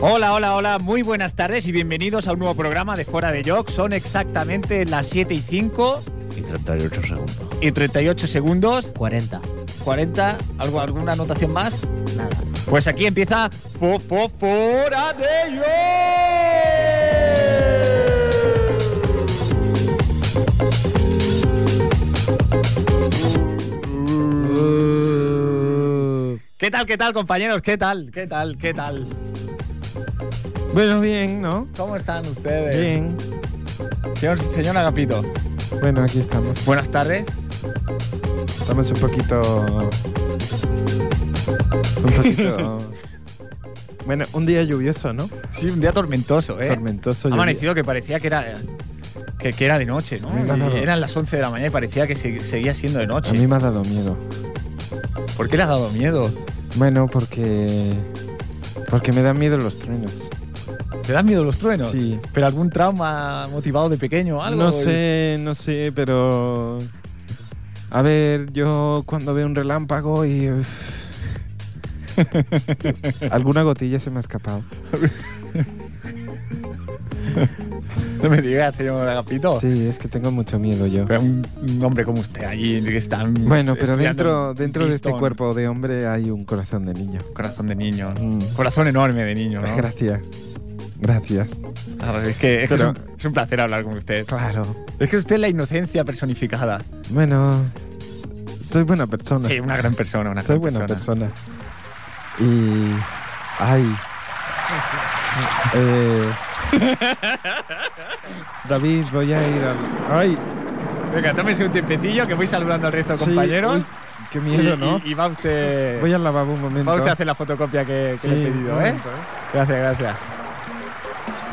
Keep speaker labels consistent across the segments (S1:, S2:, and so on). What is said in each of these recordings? S1: Hola, hola, hola, muy buenas tardes y bienvenidos a un nuevo programa de Fuera de Joc. Son exactamente las 7 y 5
S2: Y 38 segundos.
S1: y 38 segundos.
S3: 40.
S1: 40, ¿algo, ¿alguna anotación más?
S3: Nada.
S1: Pues aquí empieza Fo- Fo- Fuera de Joc. ¿Qué tal, qué tal, compañeros? ¿Qué tal? ¿Qué tal? ¿Qué tal?
S2: Bueno, bien, ¿no?
S1: ¿Cómo están ustedes?
S2: Bien.
S1: Señor, señor Agapito,
S2: Bueno, aquí estamos.
S1: buenas tardes.
S2: Estamos un poquito. Un poquito. bueno, un día lluvioso, ¿no?
S1: Sí, un día tormentoso, ¿eh?
S2: Tormentoso.
S1: Ha
S2: lluvia-
S1: amanecido que parecía que era, que, que era de noche, ¿no?
S2: Me ha dado-
S1: Y eran las 11 de la mañana y parecía que se- seguía siendo de
S2: A mí
S1: noche.
S2: me ha dado miedo.
S1: ¿Por qué le has dado miedo?
S2: Bueno, porque. Porque me dan miedo los truenos.
S1: ¿Te dan miedo los truenos?
S2: Sí.
S1: ¿Pero algún trauma motivado de pequeño o algo?
S2: No sé, no sé, pero. A ver, yo cuando veo un relámpago y. uff, alguna gotilla se me ha escapado.
S1: No me digas, señor Agapito.
S2: Sí, es que tengo mucho miedo yo.
S1: Oh. Pero un, un hombre como usted allí que está...
S2: Bueno, pero
S1: estudiando
S2: dentro, dentro de este
S1: Bristol,
S2: cuerpo de hombre hay un corazón de niño.
S1: Corazón de niño.
S2: Mm.
S1: Corazón enorme de niño, ¿no?
S2: Gracias. Gracias.
S1: Ah, Es que, es, que es
S2: Pero-
S1: un, es un placer hablar con usted.
S2: Claro.
S1: Es que usted es la inocencia personificada.
S2: Bueno, soy buena persona.
S1: Sí, una gran persona, una
S2: soy
S1: gran
S2: buena
S1: persona.
S2: persona. Y. Ay. Eh, David, voy a ir al. ¡Ay!
S1: Venga, tómese un tiempecillo que voy saludando al resto de
S2: sí,
S1: compañeros.
S2: uy, ¡Qué miedo,
S1: y,
S2: ¿no?
S1: y- eh, y va usted.
S2: voy al lavabo un momento.
S1: va usted a hacer la fotocopia que, que
S2: Sí,
S1: le he
S2: un
S1: pedido, ¿eh?
S2: momento, ¿eh?
S1: Gracias, gracias.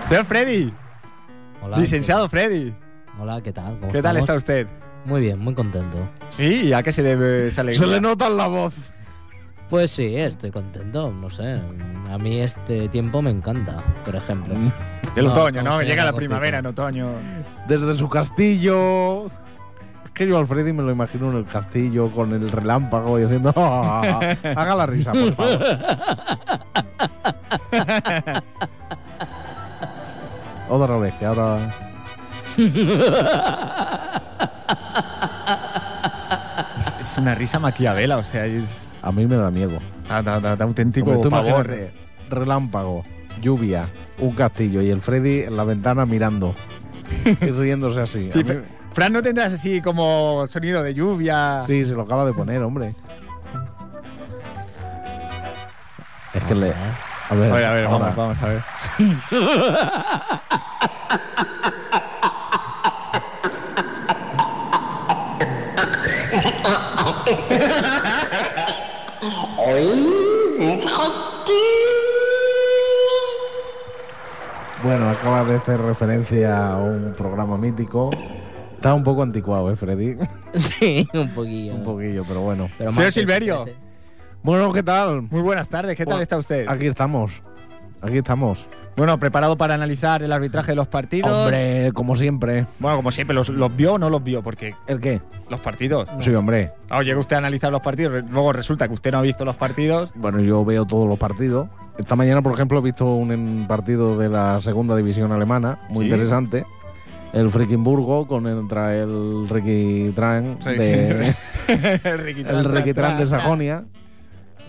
S1: Señor Freddy,
S3: Hola.
S1: licenciado Freddy,
S3: Hola, ¿qué tal? ¿Cómo
S1: ¿qué tal está
S3: estamos?
S1: usted?
S3: Muy bien, muy contento.
S1: Sí, ¿a qué se debe esa alegría?
S2: nota en la voz.
S3: Pues sí, estoy contento, no sé. A mí este tiempo me encanta, por ejemplo.
S1: Del
S3: No,
S1: otoño,
S3: no
S1: ¿no?
S3: sé,
S1: Llega la
S3: no,
S1: primavera en otoño.
S4: desde su castillo. Es que yo al Freddy me lo imagino en el castillo con el relámpago y haciendo. "Ah, Haga la risa, por favor. Otra vez, que ahora.
S1: Es, es una risa maquiavela, o sea, es.
S4: A mí me da miedo.
S1: Da, da- da- da auténtico
S4: Hombre, tú
S1: pavor.
S4: imagínate, relámpago, lluvia, un castillo y el Freddy en la ventana mirando y riéndose así. A
S1: Sí,
S4: mí-
S1: Fra- Fran, ¿no tendrás así como sonido de lluvia?
S4: sí, se lo acaba de poner, hombre. Es que le. A ver,
S1: A ver, a ver,
S4: ahora.
S1: vamos, vamos a ver.
S4: Bueno, acaba de hacer referencia a un programa mítico. Está un poco anticuado, ¿eh, Freddy?
S3: Sí, un poquillo.
S4: un poquillo, pero bueno.
S3: Pero
S1: Señor
S3: más que este,
S1: Silverio.
S3: se parece.
S4: Bueno, ¿qué tal?
S1: Muy buenas tardes, ¿qué tal
S4: Bueno,
S1: está usted?
S4: Aquí estamos. Aquí estamos.
S1: Bueno, preparado para analizar el arbitraje de los partidos.
S4: Hombre, como siempre.
S1: Bueno, como siempre, los, los vio o no los vio, porque
S4: ¿El qué?
S1: los partidos.
S4: Sí, hombre.
S1: Claro, llega usted a analizar los partidos, re- luego resulta que usted no ha visto los partidos.
S4: Bueno, yo veo todos los partidos. Esta mañana, por ejemplo, he visto un en- partido de la segunda división alemana, muy
S1: Sí.
S4: interesante. El Frickingburgo contra el Ricky Tran de, el Ricky Tran de Sajonia.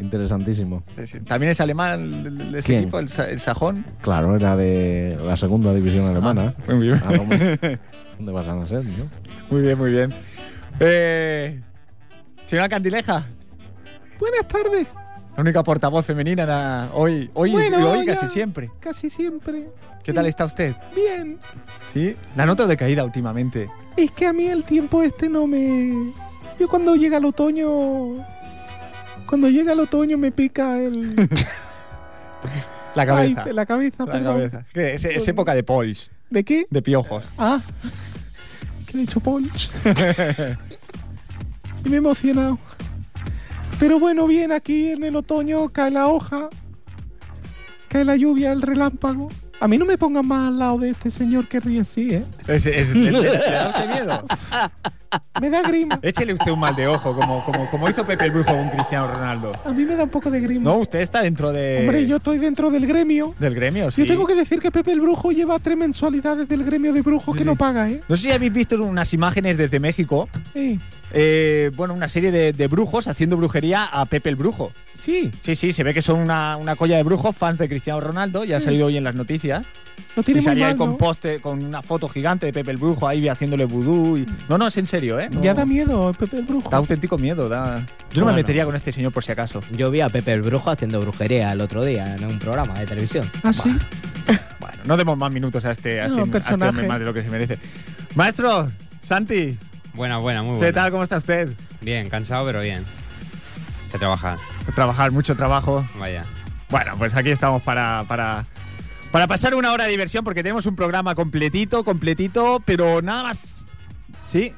S4: Interesantísimo.
S1: También es alemán de ese
S4: ¿Quién?
S1: equipo, el, sa- el sajón.
S4: Claro, era de la segunda división alemana.
S1: Muy bien,
S4: Ah, ¿Dónde dónde vas a nacer, no?
S1: muy bien. Muy bien. Eh, señora Candileja,
S4: Buenas tardes,
S1: la única portavoz femenina na- hoy, hoy,
S4: Bueno,
S1: y hoy
S4: ya.
S1: casi siempre.
S4: casi siempre.
S1: ¿Qué tal está usted?
S4: Bien.
S1: ¿Sí? La noto decaída últimamente.
S4: Es que a mí el tiempo este no me... Yo cuando llega el otoño... Cuando llega el otoño me pica el...
S1: La cabeza.
S4: Ay, la cabeza,
S1: la
S4: perdón.
S1: cabeza. Que Es, es época de pols,
S4: ¿De qué?
S1: de piojos.
S4: Ah. ¿Qué he dicho, Paul? y me he emocionado. Pero bueno, bien, aquí en el otoño cae la hoja, cae la lluvia, el relámpago. A mí no me pongan más al lado de este señor que ríe así, ¿eh?
S1: Es, es- le- le- le da usted miedo?
S4: Me da grima.
S1: Échele usted un mal de ojo, como, como, como hizo Pepe el Brujo con Cristiano Ronaldo.
S4: A mí me da un poco de grima.
S1: No, usted está dentro de,
S4: Hombre, yo estoy dentro del gremio.
S1: del gremio, sí.
S4: Yo tengo que decir que Pepe el Brujo lleva tres mensualidades del gremio de brujo que no paga, ¿eh?
S1: No sé si habéis visto unas imágenes desde México.
S4: Sí.
S1: eh, bueno, una serie de, de brujos haciendo brujería a Pepe el Brujo.
S4: Sí.
S1: Sí, sí, se ve que son una, una colla de brujos, fans de Cristiano Ronaldo, ya ha salido hoy en las noticias.
S4: Lo
S1: Y
S4: tiene muy
S1: salía ahí
S4: mal,
S1: con
S4: ¿no?
S1: poste, con una foto gigante de Pepe el Brujo ahí haciéndole vudú.
S4: Mm.
S1: y- No, no, es en serio, ¿eh? No.
S4: Ya da miedo Pepe el Brujo.
S1: Da auténtico miedo, da. Yo no me
S3: Bueno.
S1: metería con este señor por si acaso.
S3: Yo vi a Pepe el Brujo haciendo brujería el otro día en un programa de televisión.
S4: Ah, sí.
S1: Bueno, no demos más minutos a este, a
S4: No,
S1: este- a este
S4: personaje.
S1: hombre más de lo que se merece. Maestro, Santi,
S5: Buena, buena, muy buena.
S1: ¿qué tal? ¿Cómo está usted?
S5: Bien, cansado, pero bien. Que trabajar,
S1: Trabajar, mucho trabajo.
S5: vaya.
S1: Bueno, pues aquí estamos para, para, para pasar una hora de diversión porque tenemos un programa completito, completito, pero nada más. Sí.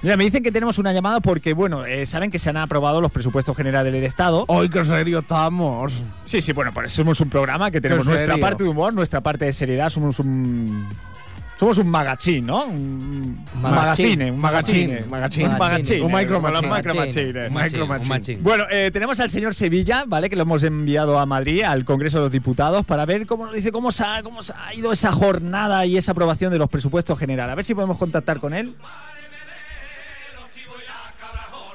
S1: Mira, me dicen que tenemos una llamada porque, bueno, eh, saben que se han aprobado los presupuestos generales del Estado.
S4: Hoy qué serio estamos!
S1: Sí, sí, bueno, por eso somos un programa que tenemos
S4: ¿En
S1: nuestra
S4: serio?
S1: parte de humor, nuestra parte de seriedad, somos un. Somos un magazine, ¿no? Un un magazine,
S3: Magazine.
S1: un magazine,
S4: Magazine, magazine.
S1: un magazine,
S4: Un micro
S1: como los
S4: magazine.
S1: micro magazine.
S5: Un machín, un machín.
S1: Bueno, eh, tenemos al señor Sevilla, ¿vale? Que lo hemos enviado a Madrid, al Congreso de los Diputados, para ver cómo nos dice cómo se ha, cómo se ha ido esa jornada y esa aprobación de los presupuestos general. A ver si podemos contactar con él.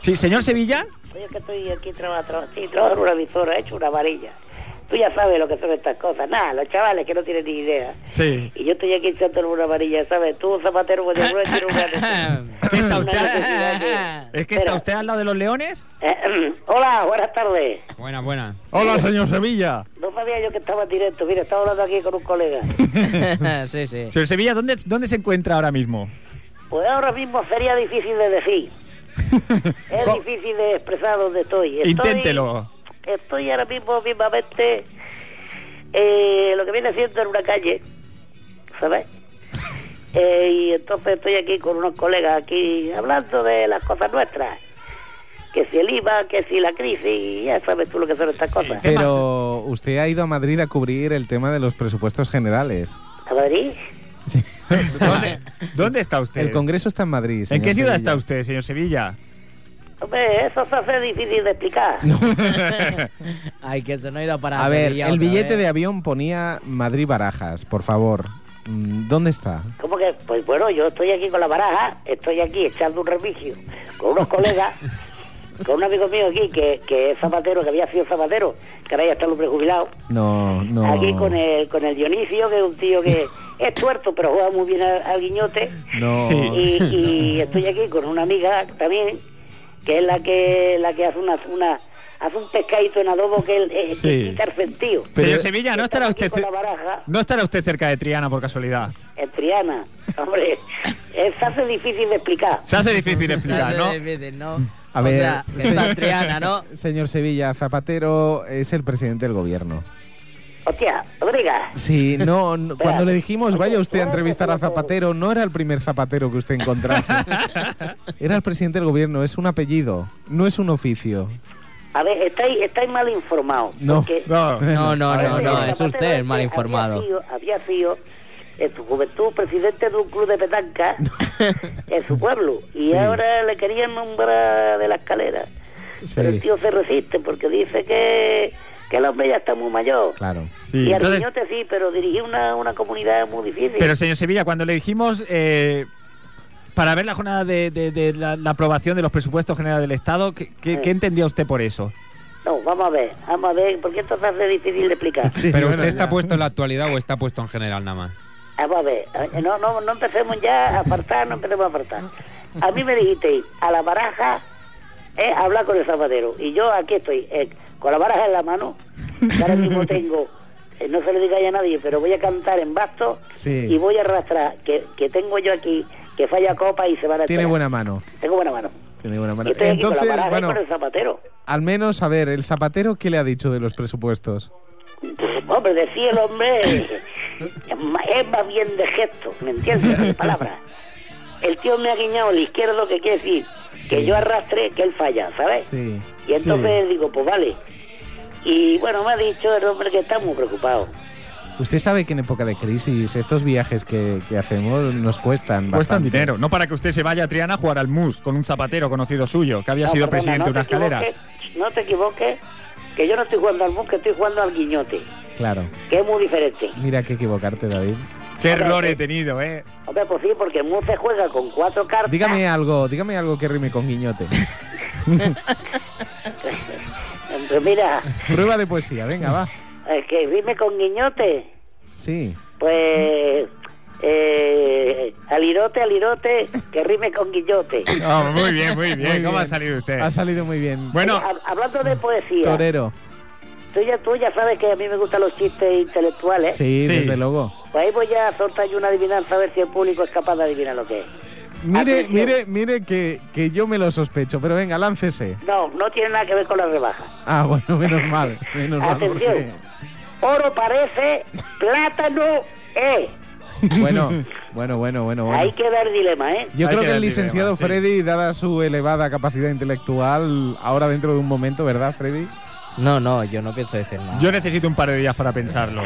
S1: Sí, señor Sevilla.
S6: Oye, que estoy aquí trabajando, sí, trabajo en una visora, he hecho una varilla. Tú ya sabes lo que son estas cosas. Nada, los chavales que no tienen ni idea.
S1: Sí.
S6: Y yo estoy aquí echándole una varilla, ¿sabes? Tú, un zapatero, pues seguro que tiene una...
S1: ¿Está usted,
S6: una necesidad de-
S1: es que está
S6: Espera.
S1: usted al lado de los leones.
S6: Eh, hola, buenas tardes.
S5: Buena, buena.
S4: Hola, señor Sevilla.
S6: No sabía yo que estaba en directo. Mira, estaba hablando aquí con un colega.
S3: sí, sí.
S1: Señor Sevilla, ¿dónde, ¿dónde se encuentra ahora mismo?
S6: Pues ahora mismo sería difícil de decir. Es difícil de expresar dónde estoy. Estoy-
S1: Inténtelo.
S6: Estoy ahora mismo mismamente eh, lo que viene siendo en una calle, ¿sabes? Eh, y entonces estoy aquí con unos colegas aquí hablando de las cosas nuestras. Que si el IVA, que si la crisis, ya sabes tú lo que son estas cosas.
S1: ¿Qué
S4: Pero usted ha ido a Madrid a cubrir el tema de los presupuestos generales.
S6: ¿A Madrid?
S1: ¿Dónde, dónde está usted?
S4: El Congreso está en Madrid.
S1: ¿En
S4: señor
S1: qué ciudad
S4: Sevilla.
S1: está usted, señor Sevilla?
S6: Hombre, eso se hace difícil de explicar.
S3: Ay, que se nos ha ido para
S4: A ver,
S3: Sevilla
S4: el
S3: otra
S4: billete
S3: vez.
S4: de avión ponía Madrid-Barajas, por favor. Mm, ¿Dónde está?
S6: ¿Cómo que? Pues bueno, yo estoy aquí con la baraja, estoy aquí echando un remigio con unos colegas, con un amigo mío aquí que, que es zapatero, que había sido zapatero, que ahora ya está el hombre jubilado.
S4: No, no.
S6: Aquí con el, con el Dionisio, que es un tío que es tuerto, pero juega muy bien al, al guiñote.
S4: No.
S1: Sí.
S6: Y, y estoy aquí con una amiga también, que es la que la que hace una, una hace un pescadito en adobo que es, es- es
S1: Sí.
S6: quitar sentido.
S1: señor Sevilla, ¿no estará
S6: Estaba aquí
S1: usted
S6: con
S1: ce-
S6: la baraja.
S1: no estará usted cerca de Triana por casualidad?
S6: En Triana, hombre, es hace difícil de explicar.
S1: Se hace difícil explicar, ¿no?
S3: Hace difícil, ¿no?
S4: A
S3: O
S4: ver,
S3: sea, que
S4: se-
S3: está en Triana, ¿no?
S4: Señor Sevilla, Zapatero es el presidente del gobierno.
S6: Hostia, no me digas.
S4: Sí, no, no, cuando le dijimos,
S6: Oye,
S4: vaya usted a
S6: ahora
S4: entrevistar a
S6: que te lo pongo.
S4: Zapatero, no era el primer Zapatero que usted encontrase. Era el presidente del gobierno, es un apellido, no es un oficio.
S6: A ver, estáis, estáis mal informados.
S4: No,
S6: porque-
S1: No.
S3: No, no, no,
S6: Porque
S3: no,
S6: Zapatero
S3: es usted el mal
S6: había
S3: informado.
S6: sido- Había sido en su juventud presidente de un club de petanca en su pueblo y
S4: Sí.
S6: ahora le querían nombrar de la escalera. Pero el
S4: Sí,
S6: tío se resiste porque dice que, que el hombre ya está muy mayor.
S4: claro.
S1: Sí,
S6: y al
S1: entonces-
S6: niñote sí, pero dirigir una, una comunidad es muy difícil.
S1: pero señor Sevilla, cuando le dijimos eh, para ver la jornada de, de- de la, la aprobación de los presupuestos generales del Estado, ¿qué, qué-
S6: Sí.
S1: qué entendía usted por eso?
S6: No, vamos a ver, vamos a ver, porque esto se hace difícil de explicar.
S5: ¿Pero usted está puesto en la actualidad o está puesto en general nada más?
S6: Vamos a ver, eh, no, no, no empecemos ya a apartar, no empecemos a apartar. A mí me dijisteis, a la baraja eh, hablar con el zapatero. Y yo aquí estoy, eh, con la baraja en la mano. que Ahora mismo tengo, eh, no se lo digáis a nadie, pero voy a cantar en basto
S4: Sí.
S6: y voy a arrastrar, que, que tengo yo aquí, que falla copa y se van a
S4: Tiene
S6: esperar.
S4: buena mano.
S6: Tengo buena mano.
S4: Tiene buena
S6: Y
S4: mano.
S6: estoy aquí con
S4: Entonces,
S6: la baraja
S4: bueno,
S6: y con el zapatero.
S4: al menos, a ver, el Zapatero, ¿qué le ha dicho de los presupuestos?
S6: Pues, hombre, decía el hombre, es ma- es más bien de gesto, ¿me entiendes? De palabra. El tío me ha guiñado el izquierdo, que quiere decir que yo arrastre, que él falla, ¿sabes?
S4: Sí.
S6: Y entonces digo, pues vale. Y bueno, me ha dicho el hombre que está muy preocupado.
S4: Usted sabe que en época de crisis estos viajes que, que hacemos nos cuestan
S1: Cuestan
S4: bastante.
S1: dinero. No para que usted se vaya a Triana a jugar al MUS con un zapatero conocido suyo, que había
S6: No,
S1: sido
S6: perdona,
S1: presidente
S6: no
S1: de una
S6: te
S1: escalera.
S6: equivoques, No te equivoques, que yo no estoy jugando al bus, que estoy jugando al guiñote,
S4: Claro.
S6: que es muy diferente.
S4: Mira que equivocarte, David.
S1: Qué
S6: Hombre,
S1: error
S6: sí.
S1: he tenido, ¿eh?
S6: Hombre, pues sí, porque el bus se juega con cuatro cartas.
S4: Dígame algo, dígame algo que rime con guiñote.
S6: Entre- Pues Mira,
S4: Prueba de poesía, venga, va.
S6: eh, que rime con guiñote,
S4: Sí.
S6: pues... Eh, alirote, alirote, que rime con guillote.
S1: Ah, muy bien, muy bien.
S4: Muy
S1: ¿Cómo
S4: bien.
S1: ha salido usted?
S4: Ha salido muy bien.
S1: Bueno,
S6: Oye, hab- hablando de poesía,
S4: Torero.
S6: tú ya, tú ya sabes que a mí me gustan los chistes intelectuales.
S4: Sí,
S1: Sí.
S4: desde luego.
S6: Pues ahí voy a soltar yo una adivinanza a ver si el público es capaz de adivinar lo que es.
S4: Mire,
S6: Atención.
S4: mire, mire que, que yo me lo sospecho, pero venga, láncese.
S6: No, no tiene nada que ver con la rebaja.
S4: Ah, bueno, menos mal, menos mal.
S6: Atención.
S4: porque-
S6: Oro parece, plátano es.
S4: Bueno, bueno, bueno, bueno. bueno.
S6: Ahí queda el dilema, ¿eh?
S4: Yo
S1: Hay
S4: creo
S1: que
S4: que el
S1: darle
S4: licenciado
S1: idea, sí.
S4: Freddy, dada su elevada capacidad intelectual, ahora dentro de un momento, ¿verdad, Freddy?
S3: No, no, yo no pienso decir nada.
S1: yo necesito un par de días para pensarlo.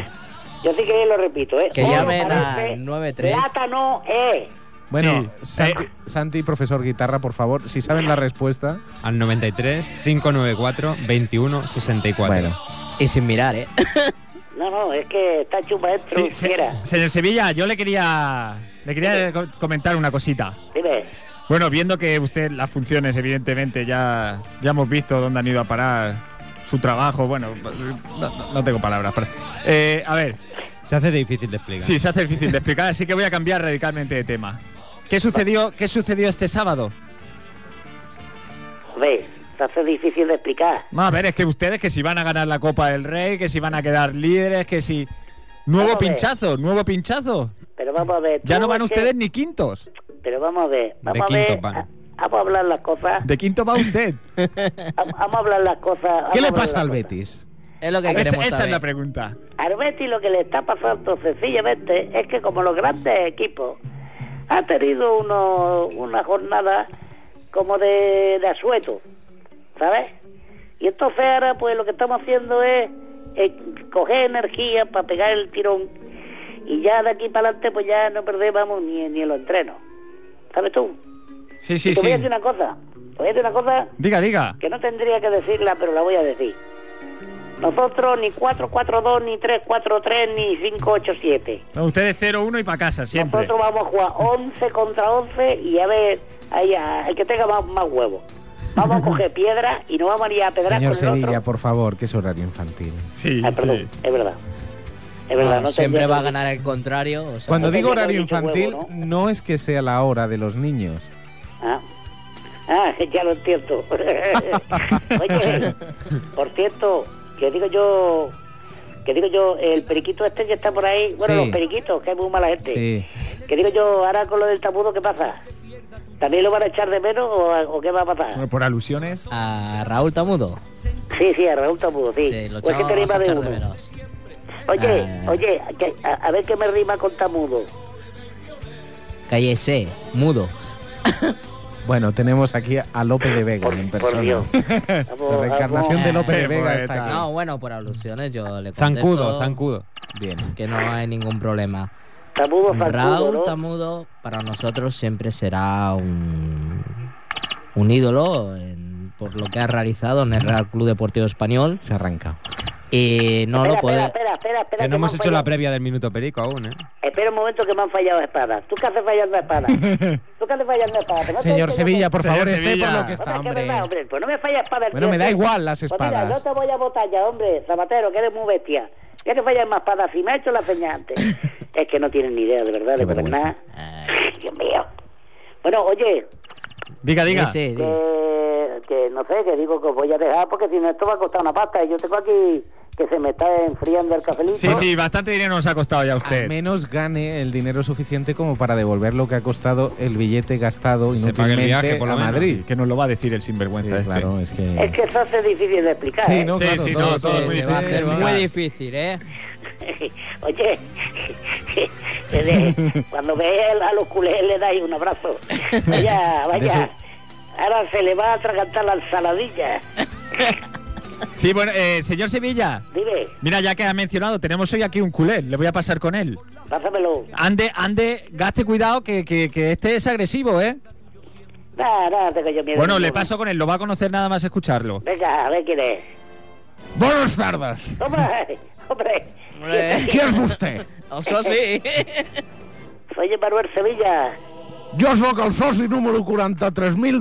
S6: Yo sí que lo repito, ¿eh?
S3: Que
S6: Oro
S3: llamen
S6: parece,
S3: al 93.
S6: Plátano es.
S4: Bueno,
S1: Sí,
S4: Santi,
S1: eh.
S4: Santi, profesor guitarra, por favor, si saben la respuesta.
S5: Al 93 594 21 64.
S4: Bueno,
S3: Y sin mirar, ¿eh?
S6: No, no, es que está chupa dentro.
S1: Sí, se-
S6: quiera.
S1: señor Sevilla, yo le quería, le quería co- comentar una cosita.
S6: Dime.
S1: Bueno, viendo que usted las funciones, evidentemente, ya, ya hemos visto dónde han ido a parar su trabajo. Bueno, no, no- no tengo palabras. para- Eh, a ver,
S5: Se hace difícil de explicar.
S1: sí, se hace difícil de explicar, así que voy a cambiar radicalmente de tema. ¿Qué sucedió, qué sucedió este sábado?
S6: Joder, se hace difícil de explicar.
S1: No, a ver, es que ustedes que si van a ganar la Copa del Rey, que si van a quedar líderes, que si... Nuevo
S6: Vamos a ver.
S1: pinchazo, nuevo pinchazo.
S6: Pero vamos a ver.
S1: Ya
S6: tú,
S1: no van
S6: es que-
S1: ustedes ni quintos.
S6: Pero vamos a ver. Vamos
S5: De
S6: a ver.
S5: quinto pan.
S6: a- Vamos a hablar las cosas.
S1: De quinto va usted.
S6: Vamos a hablar las cosas.
S4: ¿qué
S6: vamos
S4: le
S6: a hablar
S4: pasa
S6: las
S4: al
S6: cosas.
S4: Betis?
S3: Es lo que
S1: Esa- esa
S3: queremos
S1: es
S3: saber.
S1: la pregunta.
S6: Al Betis lo que le está pasando sencillamente es que como los grandes equipos ha tenido uno, una jornada como de, de asueto, ¿sabes? Y entonces ahora pues lo que estamos haciendo es eh, coger energía para pegar el tirón y ya de aquí para adelante pues ya no perdemos ni, ni los entrenos, ¿sabes tú?
S1: Sí,
S6: Y
S1: sí,
S6: te voy
S1: sí.
S6: a decir una cosa, te voy a decir una cosa
S1: Diga, diga.
S6: que no tendría que decirla, pero la voy a decir. Nosotros ni 4-4-2, ni 3-4-3, ni 5-8-7.
S1: No, ustedes 0-1 y para casa, siempre.
S6: Nosotros vamos a jugar 11 contra 11 y a ver, ahí, a- el que tenga más, más huevos. Vamos a coger piedra y nos vamos a ir a pedrar
S4: Señor
S6: con el
S4: Sevilla,
S6: otro.
S4: por favor, que es horario infantil.
S1: Sí,
S6: Ay, perdón,
S1: sí.
S6: es verdad. Es verdad,
S3: Ah,
S6: no
S3: siempre
S6: tendría
S3: va a
S6: que-
S3: ganar el contrario. o sea,
S4: Cuando
S6: no
S4: digo
S6: tenía que
S4: horario
S6: haber dicho
S4: infantil,
S6: huevo, ¿no?
S4: no es que sea la hora de los niños.
S6: Ah. Ah, ya lo entiendo. Oye, por cierto, que digo yo, que digo yo, el periquito este ya está por ahí. Bueno,
S4: Sí.
S6: los periquitos, que hay muy mala gente.
S4: Sí.
S6: Que digo yo, ahora con lo del tapudo, ¿qué pasa? ¿También lo van a echar de menos o, o qué va a pasar?
S1: Bueno, por alusiones.
S3: A Raúl Tamudo.
S6: Sí, sí, a Raúl Tapudo, sí.
S3: Sí, lo
S6: Pues que
S3: echamos
S6: te
S3: a
S6: rima de
S3: echar
S6: uno.
S3: de menos.
S6: Oye,
S3: Ah.
S6: oye, que- a, a ver qué me rima con tamudo.
S3: Cállese, mudo.
S4: Bueno, tenemos aquí a López de Vega
S6: Por,
S4: en
S6: por
S4: persona.
S6: Dios.
S4: La
S6: Vamos,
S4: reencarnación
S6: vamos.
S4: de López de
S1: Qué
S4: Vega
S1: poeta.
S4: está aquí.
S3: pues, No, bueno, por alusiones yo le contesto.
S5: Zancudo, zancudo.
S3: Bien, que no hay ningún problema.
S6: Tamudo, zancudo,
S3: Raúl
S6: ¿no?
S3: Ah, Tamudo para nosotros siempre será un, un ídolo en- por lo que ha realizado en el Real Club Deportivo Español.
S4: Se arranca.
S3: Y no
S6: espera,
S3: lo puede...
S6: espera, espera, espera,
S5: Que no
S6: me
S5: hemos
S6: han
S5: hecho la
S6: fallado.
S5: previa del minuto perico aún, ¿eh?
S6: Espera un momento que me han fallado espadas. ¿Tú qué haces fallando espadas? ¿Tú qué haces fallando espadas? ¿Te vas a
S4: Señor
S6: decir
S4: Sevilla, por
S1: Señor
S4: favor, esté
S1: Sevilla.
S4: por lo que
S6: que no? Hombre,
S4: está,
S6: es que es
S4: hombre.
S6: verdad, hombre. Pues no me falla espada. el
S4: Bueno,
S6: tío
S4: me da
S6: este.
S4: igual las
S6: Pues mira,
S4: espadas.
S6: yo te voy a votar ya, hombre, zapatero, que eres muy bestia. Ya que fallas más espadas, si me ha hecho la señal antes. es que no tienen ni idea, de verdad,
S4: Qué
S6: de gobernar.
S3: Eh,
S6: Dios mío. Bueno, oye,
S1: Diga, diga.
S3: sí, sí, di.
S6: que, que no sé, que digo que os voy a dejar porque si no esto va a costar una pasta y yo tengo aquí que se me está enfriando el cafelito.
S1: Sí, sí, bastante dinero nos ha costado ya
S4: Al
S1: usted.
S4: menos gane el dinero suficiente como para devolver lo que ha costado el billete gastado
S5: se pague el
S4: inútilmente
S5: viaje, por lo
S4: a
S5: menos.
S4: Madrid.
S1: Que nos lo va a decir el
S4: Sí,
S1: sinvergüenza este.
S4: claro, es
S6: Es
S4: que...
S6: que eso es difícil de explicar.
S4: Sí,
S6: ¿eh?
S4: no,
S1: Sí,
S4: claro,
S1: sí,
S4: todo,
S1: no, todo
S4: todo
S1: es muy
S3: se va a hacer
S1: difícil.
S3: muy difícil, ¿eh?
S6: Oye, que de- cuando ve el- a los culés le dais un abrazo. Vaya,
S4: De eso-
S6: vaya. Ahora se le va a atragantar la ensaladilla.
S1: Sí, bueno, eh, señor Sevilla.
S6: Dime,
S1: Mira, ya que ha mencionado, tenemos hoy aquí un culé. Le voy a pasar con él.
S6: pásamelo.
S1: Ande, ande, gaste cuidado que, que- que este es agresivo, ¿eh?
S6: Nada, nada, tengo yo miedo.
S1: Bueno, le
S6: Ninguno.
S1: paso con él, lo va a conocer nada más escucharlo.
S6: Venga, a ver quién es.
S4: Buenas tardes.
S6: ¡Hombre! ¡Hombre!
S3: Hombre.
S4: ¿Quién es usted?
S3: Això sí.
S6: Soy Manuel Sevilla.
S4: Jo sóc el soci número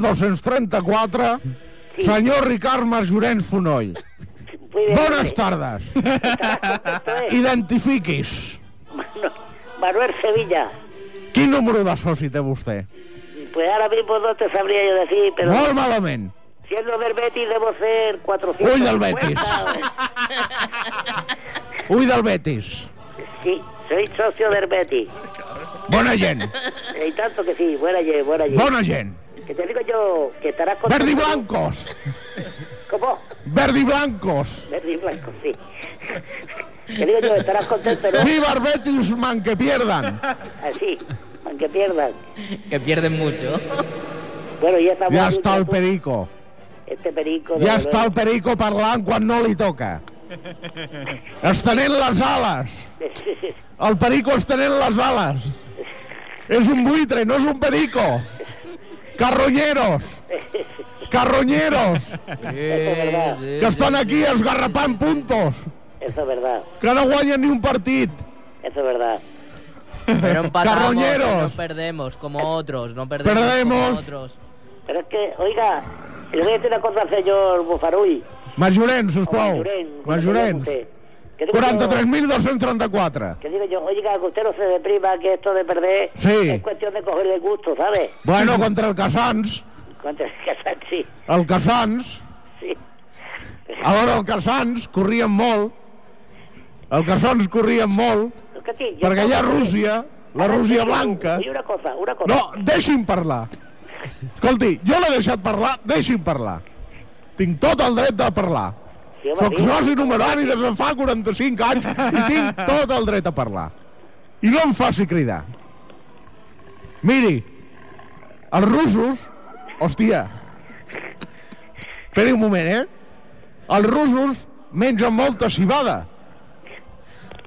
S4: 43.234,
S6: Sí.
S4: senyor Ricard Marjorens Fonoll.
S6: Muy bien,
S4: Bones
S6: sí.
S4: tardes.
S6: Esto es
S4: Identifiquis.
S6: Manu- Manuel Sevilla.
S4: Quin número de soci té vostè?
S6: Pues ahora mismo no te sabría yo decir, pero
S4: Molt malament.
S6: siendo del Betis debo ser 400.
S4: Uy, del Betis. Ui del Betis.
S6: Sí, soy socio del Betis.
S4: Bona gent.
S6: Y tanto que sí, buena ye, buena ye.
S4: Bona gent.
S6: Que te digo yo que estarás con...
S4: Verdi blancos.
S6: ¿Cómo?
S4: Verdi blancos.
S6: Verde y blanco, sí. Te digo yo, estarás contento, ¿no?
S4: Viva el Betis, man que pierdan.
S6: Así, aunque pierdan.
S3: Que pierden mucho.
S6: Bueno, ya estamos...
S4: Ja
S6: aquí,
S4: està el
S6: tú,
S4: perico.
S6: Este perico... de
S4: Ja
S6: verdad.
S4: està el perico parlant quan no li toca. Estenent les ales. El perico estenent les ales. És un buitre, no és un perico. Carronyeros. Carronyeros.
S6: Eso es verdad,
S4: Que estan aquí esgarrapant puntos.
S6: eso es verdad,
S4: Que no guanyen ni un partit.
S6: eso es verdad.
S3: Pero empatamos,
S4: Carroñeros.
S3: no perdemos como otros, no perdemos,
S4: Perdemos.
S3: como otros.
S6: Pero es que, oiga, le voy a decir una cosa al señor Bufaruy.
S4: Majorent, sisplau.
S6: Majorent, ¿cómo se llama
S4: Majorent.
S6: usted? Que digo yo-
S4: 43.234.
S6: Que digo yo, oiga, que usted no se deprima, que esto de perder
S4: Sí.
S6: es cuestión de cogerle gusto, ¿sabes?
S4: Bueno, contra el Casans.
S6: Contra el Kazán, sí,
S4: El Casans.
S6: sí.
S4: Alhora el Casans corrien molt. El Casans corrien molt.
S6: Es que sí, yo-
S4: Perquè hi ha Rússia, la
S6: Ahora,
S4: Rússia
S6: sí,
S4: blanca.
S6: Oye, una cosa, una cosa.
S4: No, deixin parlar. Escolti, jo l'he deixat parlar, deixin parlar. Tinc tot el dret de parlar.
S6: Sí, home,
S4: Soc
S6: sí.
S4: soci numerari des de fa 45 anys i tinc tot el dret a parlar. I no em faci cridar. Miri, els russos... Hòstia. Esperi un moment, eh? Els russos mengen molta cibada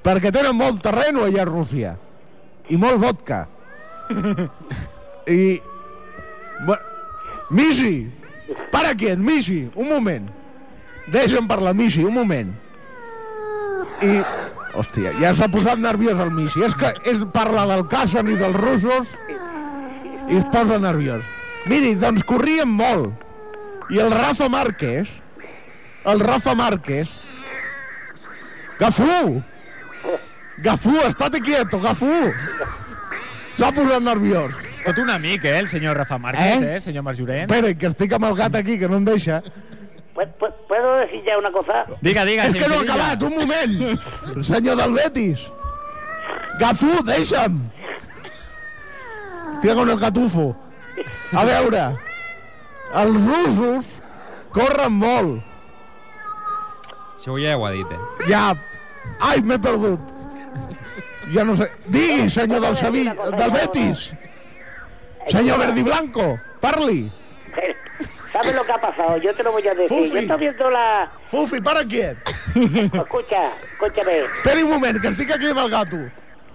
S4: perquè tenen molt terreno allà a Rússia i molt vodka. I... Bueno, Misi! Para aquest, Misi! Un moment. Deixa'm parlar, Misi, un moment. I... Hòstia, ja s'ha posat nerviós el Misi. És que és parla del Kassan i dels russos i es posa nerviós. Miri, doncs corrien molt. I el Rafa Márquez, el Rafa Márquez, Gafú! Gafú, estate quieto, Gafú! S'ha posat nerviós.
S1: Tot un amic, eh, el senyor Rafa Márquez, eh,
S4: Eh?
S1: senyor Marjorent.
S4: Espera, que estic amb el gat aquí, que no em deixa.
S6: ¿Puedo- puedo- ¿Puedo decir ya una cosa?
S1: Diga, diga,
S4: És que
S1: senyor
S4: no ha
S1: Sevilla.
S4: acabat, un moment! Senyor del Betis! Gafú, deixa'm! Tira con el catufo. A veure, els russos corren molt.
S5: Segur ja ho ha dit, eh?
S4: Ja... Ai, m'he perdut. Ja no sé... Digui, senyor del Sevilla, del Betis! Senyor Verdi Blanco, parli!
S6: ¿Sabes lo que ha pasado? Yo te lo voy a decir.
S4: Fufi.
S6: Yo estoy viendo la...
S4: Fufi, para quiet!
S6: Escucha, escúchame.
S4: Esperi un moment, que estic aquí amb el gato.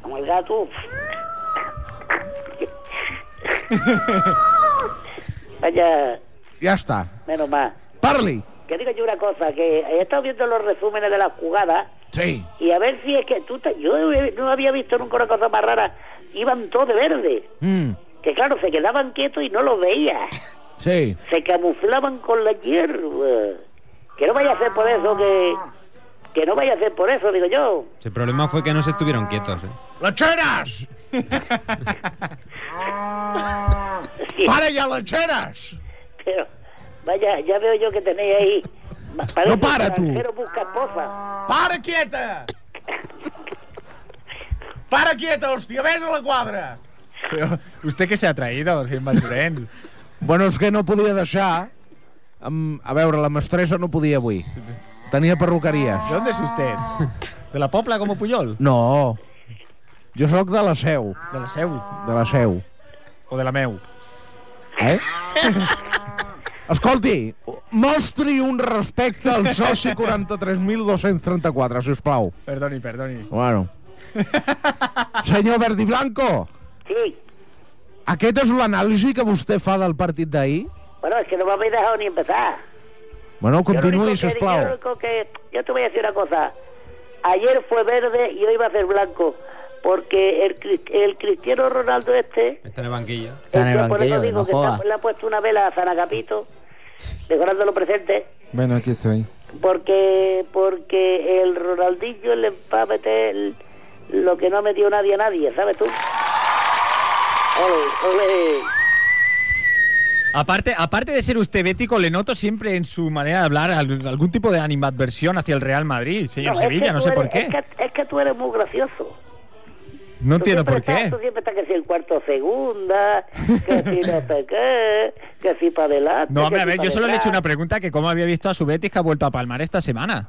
S6: Como el gato. Vaya,
S4: Ja està.
S6: menos mal.
S4: Parli.
S6: Que digo yo una cosa, que he estado viendo los resúmenes de las jugadas
S4: Sí.
S6: y a ver si es que tú... te- Yo no había visto nunca una cosa más rara. Iban todos de verde.
S4: Mm,
S6: Que claro, se quedaban quietos y no los veías.
S4: sí.
S6: se camuflaban con la hierba. Que no vaya a ser por eso, que, que no vaya a ser por eso, digo yo.
S5: El problema fue que no se estuvieron quietos, ¿eh?
S4: Lecheres!
S6: Sí,
S4: Para ja, lecheres!
S6: Ah. pero vaya, ya veo yo que tenéis ahí. Ma- parece
S4: No para,
S6: que el
S4: tú.
S6: extranjero busca esposa.
S4: Para quieta! Para quieta, hòstia, ves a la quadra!
S1: Pero, ¿Usted qué se ha traído, señor Marjorent?
S4: Bueno, és que no podia deixar... Amb... A veure, la mestressa no podia avui. Tenia
S1: ¿De
S4: perruqueries.
S1: dónde es usted? ¿De la Popla como Puyol?
S4: No. Jo sóc de la seu.
S1: ¿De la Seu?
S4: De la seu.
S1: ¿O de la Meu?
S4: Eh? Escolti, mostri un respecte al soci 43.234, si us plau.
S1: Perdoni, perdoni.
S4: Bueno. Senyor Verdi Blanco,
S6: Sí.
S4: aquest és l'anàlisi que vostè fa del partit d'ahir?
S6: Bueno, es que no me habéis dejado ni empezar.
S4: Bueno,
S6: Yo lo único
S4: continuï,
S6: que- Yo, lo
S4: sisplau.
S6: único que- yo te voy a decir una cosa. Ayer fue verde y hoy va a ser blanco. Porque el, cris- el Cristiano Ronaldo este...
S5: Está en el banquillo.
S3: Está en el
S6: es que por eso
S3: banquillo,
S6: digo
S3: no
S6: que está-
S3: joda.
S6: le ha puesto una vela a San Agapito, decorando lo presente,
S7: Bueno, aquí estoy.
S6: porque porque el Ronaldinho le va a meter el- lo que no ha metido nadie a nadie, ¿sabes tú? Ole, ole.
S1: Aparte, aparte de ser usted bético, le noto siempre en su manera de hablar al- algún tipo de animadversión hacia el Real Madrid, señor
S6: No, es
S1: Sevilla,
S6: que
S1: no
S6: tú
S1: sé por
S6: eres-
S1: qué.
S6: Es que, es que tú eres muy gracioso.
S1: No
S6: Tú
S1: entiendo
S6: siempre
S1: por
S6: estás-
S1: qué.
S6: Tú siempre estás que si el cuarto segunda, que si no sé qué, que si para adelante.
S1: No, hombre,
S6: que
S1: a
S6: si
S1: ver,
S6: pa'
S1: yo solo le he hecho una
S6: detrás.
S1: pregunta que cómo había visto a su Betis que ha vuelto a palmar esta semana.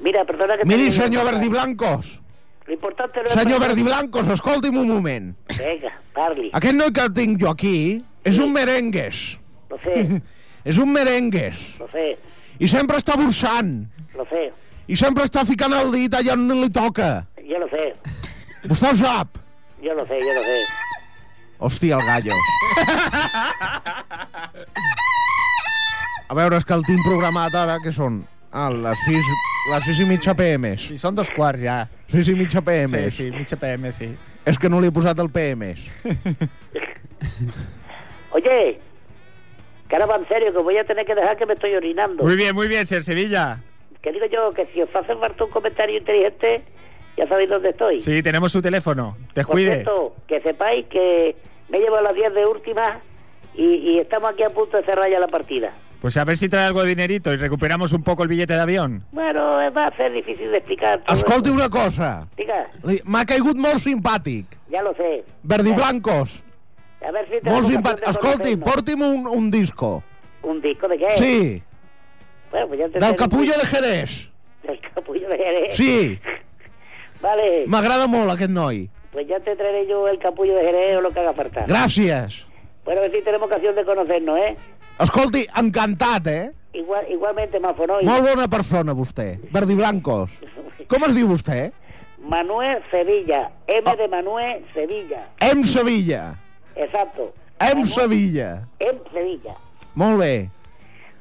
S6: Mira, perdona que te
S4: Miri,
S6: diga una
S4: senyor
S6: cosa.
S4: Verdi Blancos,
S6: Lo importante no es...
S4: senyor Verdi Blancos, escolti'm un moment.
S6: Venga, parli.
S4: Aquest noi que tinc jo aquí és un merengues.
S6: Lo sé,
S4: És un merengues.
S6: lo sé,
S4: I sempre està bursant.
S6: lo sé.
S4: I sempre està ficant el dit allà on li toca.
S6: Yo lo sé,
S4: Vostè ho sap?
S6: yo lo sé, yo lo sé.
S4: Hòstia, el gallo. A veure, és que el tinc programat ara, que són? Ah, les 6, les 6 i mitja PM.
S1: Y son dos quarts ya.
S4: 6 i mitja PM.
S1: Sí, sí, mucho PM, sí.
S4: És que no li he posat el PM.
S6: Oye, que ahora va en serio, que voy a tener que dejar que me estoy orinando.
S1: Muy bien, muy bien, señor Sevilla.
S6: Que digo yo que si os hace falta un comentario inteligente, ya sabéis dónde estoy.
S1: Sí, tenemos su teléfono.
S6: Por
S1: Descuide.
S6: cierto, que sepáis que me llevo a las 10 de última y, y estamos aquí a punto de cerrar ya la partida.
S1: Pues a ver si trae algo de dinerito y recuperamos un poco el billete de avión.
S6: Bueno, eh, va a ser difícil de explicar. todo
S4: Escolti
S6: eso.
S4: una cosa.
S6: Diga,
S4: Li- M'ha caigut molt simpàtic.
S6: ya lo sé.
S4: Verdi
S6: Ya,
S4: Blancos.
S6: A ver si
S4: Molt
S6: tenemos
S4: simpàtic.
S6: ocasión de
S4: Escolti,
S6: conocernos.
S4: porti'm un, un disco.
S6: ¿Un disco de qué?
S4: Sí,
S6: Bueno, pues ya te
S4: del Capullo de Jerez.
S6: Del capullo de Jerez.
S4: Sí,
S6: Vale,
S4: m'agrada molt aquest noi.
S6: pues ya te traeré yo el capullo de Jerez o lo que haga falta.
S4: Gràcies.
S6: Bueno, a ver si tenemos ocasión de conocernos, ¿eh?
S4: Escolti, encantat, eh?
S6: Igual, igualmente, Mafonoy.
S4: Molt bona persona, vostè. Verdi Blancos. Com es diu vostè?
S6: Manuel Sevilla. M
S4: Ah.
S6: de Manuel Sevilla.
S4: Em Sevilla.
S6: Exacto.
S4: Em
S6: Manuel
S4: Sevilla.
S6: En Sevilla.
S4: Molt bé.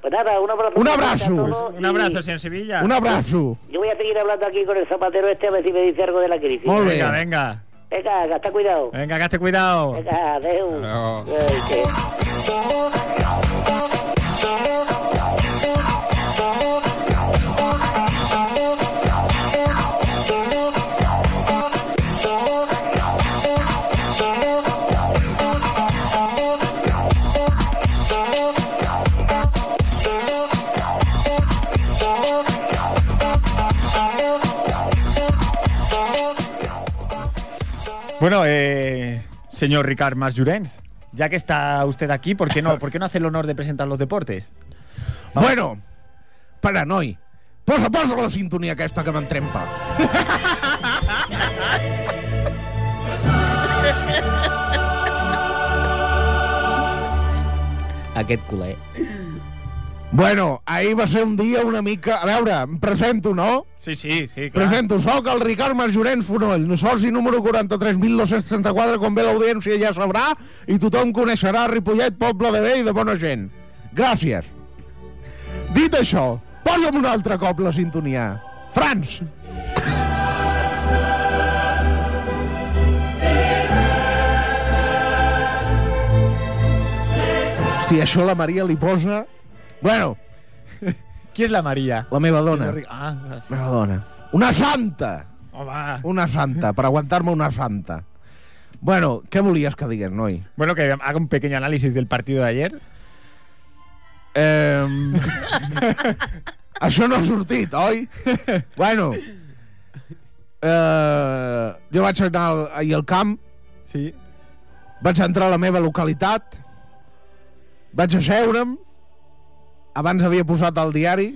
S6: Pues nada, un abrazo.
S4: Un abrazo.
S6: a todos
S1: Un
S6: y
S1: abrazo, señor Sevilla.
S4: Un abrazo.
S6: Yo voy a seguir hablando aquí con el zapatero este a ver si me dice algo de la crisis.
S4: Muy
S1: Venga,
S4: bien.
S1: venga.
S6: Venga, gasta cuidado. Pues,
S1: Venga, que esté cuidado.
S6: Venga, adeu.
S5: Claro.
S6: Ay, qué-
S1: Bueno, eh, señor Ricard Mas Llorens, ya que está usted aquí, ¿por qué no, ¿por qué no hace el honor de presentar los deportes?
S4: Bueno, para, noi. Posa, posa la sintonia aquesta que m'entrempa.
S3: Aquest culer.
S4: Bueno, ahir va ser un dia una mica... A veure, em presento, no?
S1: Sí, sí, sí, claro.
S4: Presento, soc el Ricard Marjorent Fonoll, soci número 43.234, quan ve l'audiència ja sabrà, i tothom coneixerà Ripollet, poble de bé i de bona gent. Gràcies. Dit això, posa'm un altre cop la sintonia. Franç! Hòstia, això la Maria li posa... Bueno,
S1: ¿Quién es la María?
S4: la meva dona.
S1: Ah, gracias.
S4: La meva dona. Una santa!
S1: Home.
S4: Una santa, per aguantar-me una santa. Bueno, què volies que digués, noi?
S1: Bueno, que haga un pequeño análisis del partido de ayer.
S4: Eh... Això no ha sortit, oi? Bueno, eh... jo vaig anar al, ahir al camp,
S1: Sí.
S4: vaig entrar a la meva localitat, vaig asseure'm, abans havia posat el diari,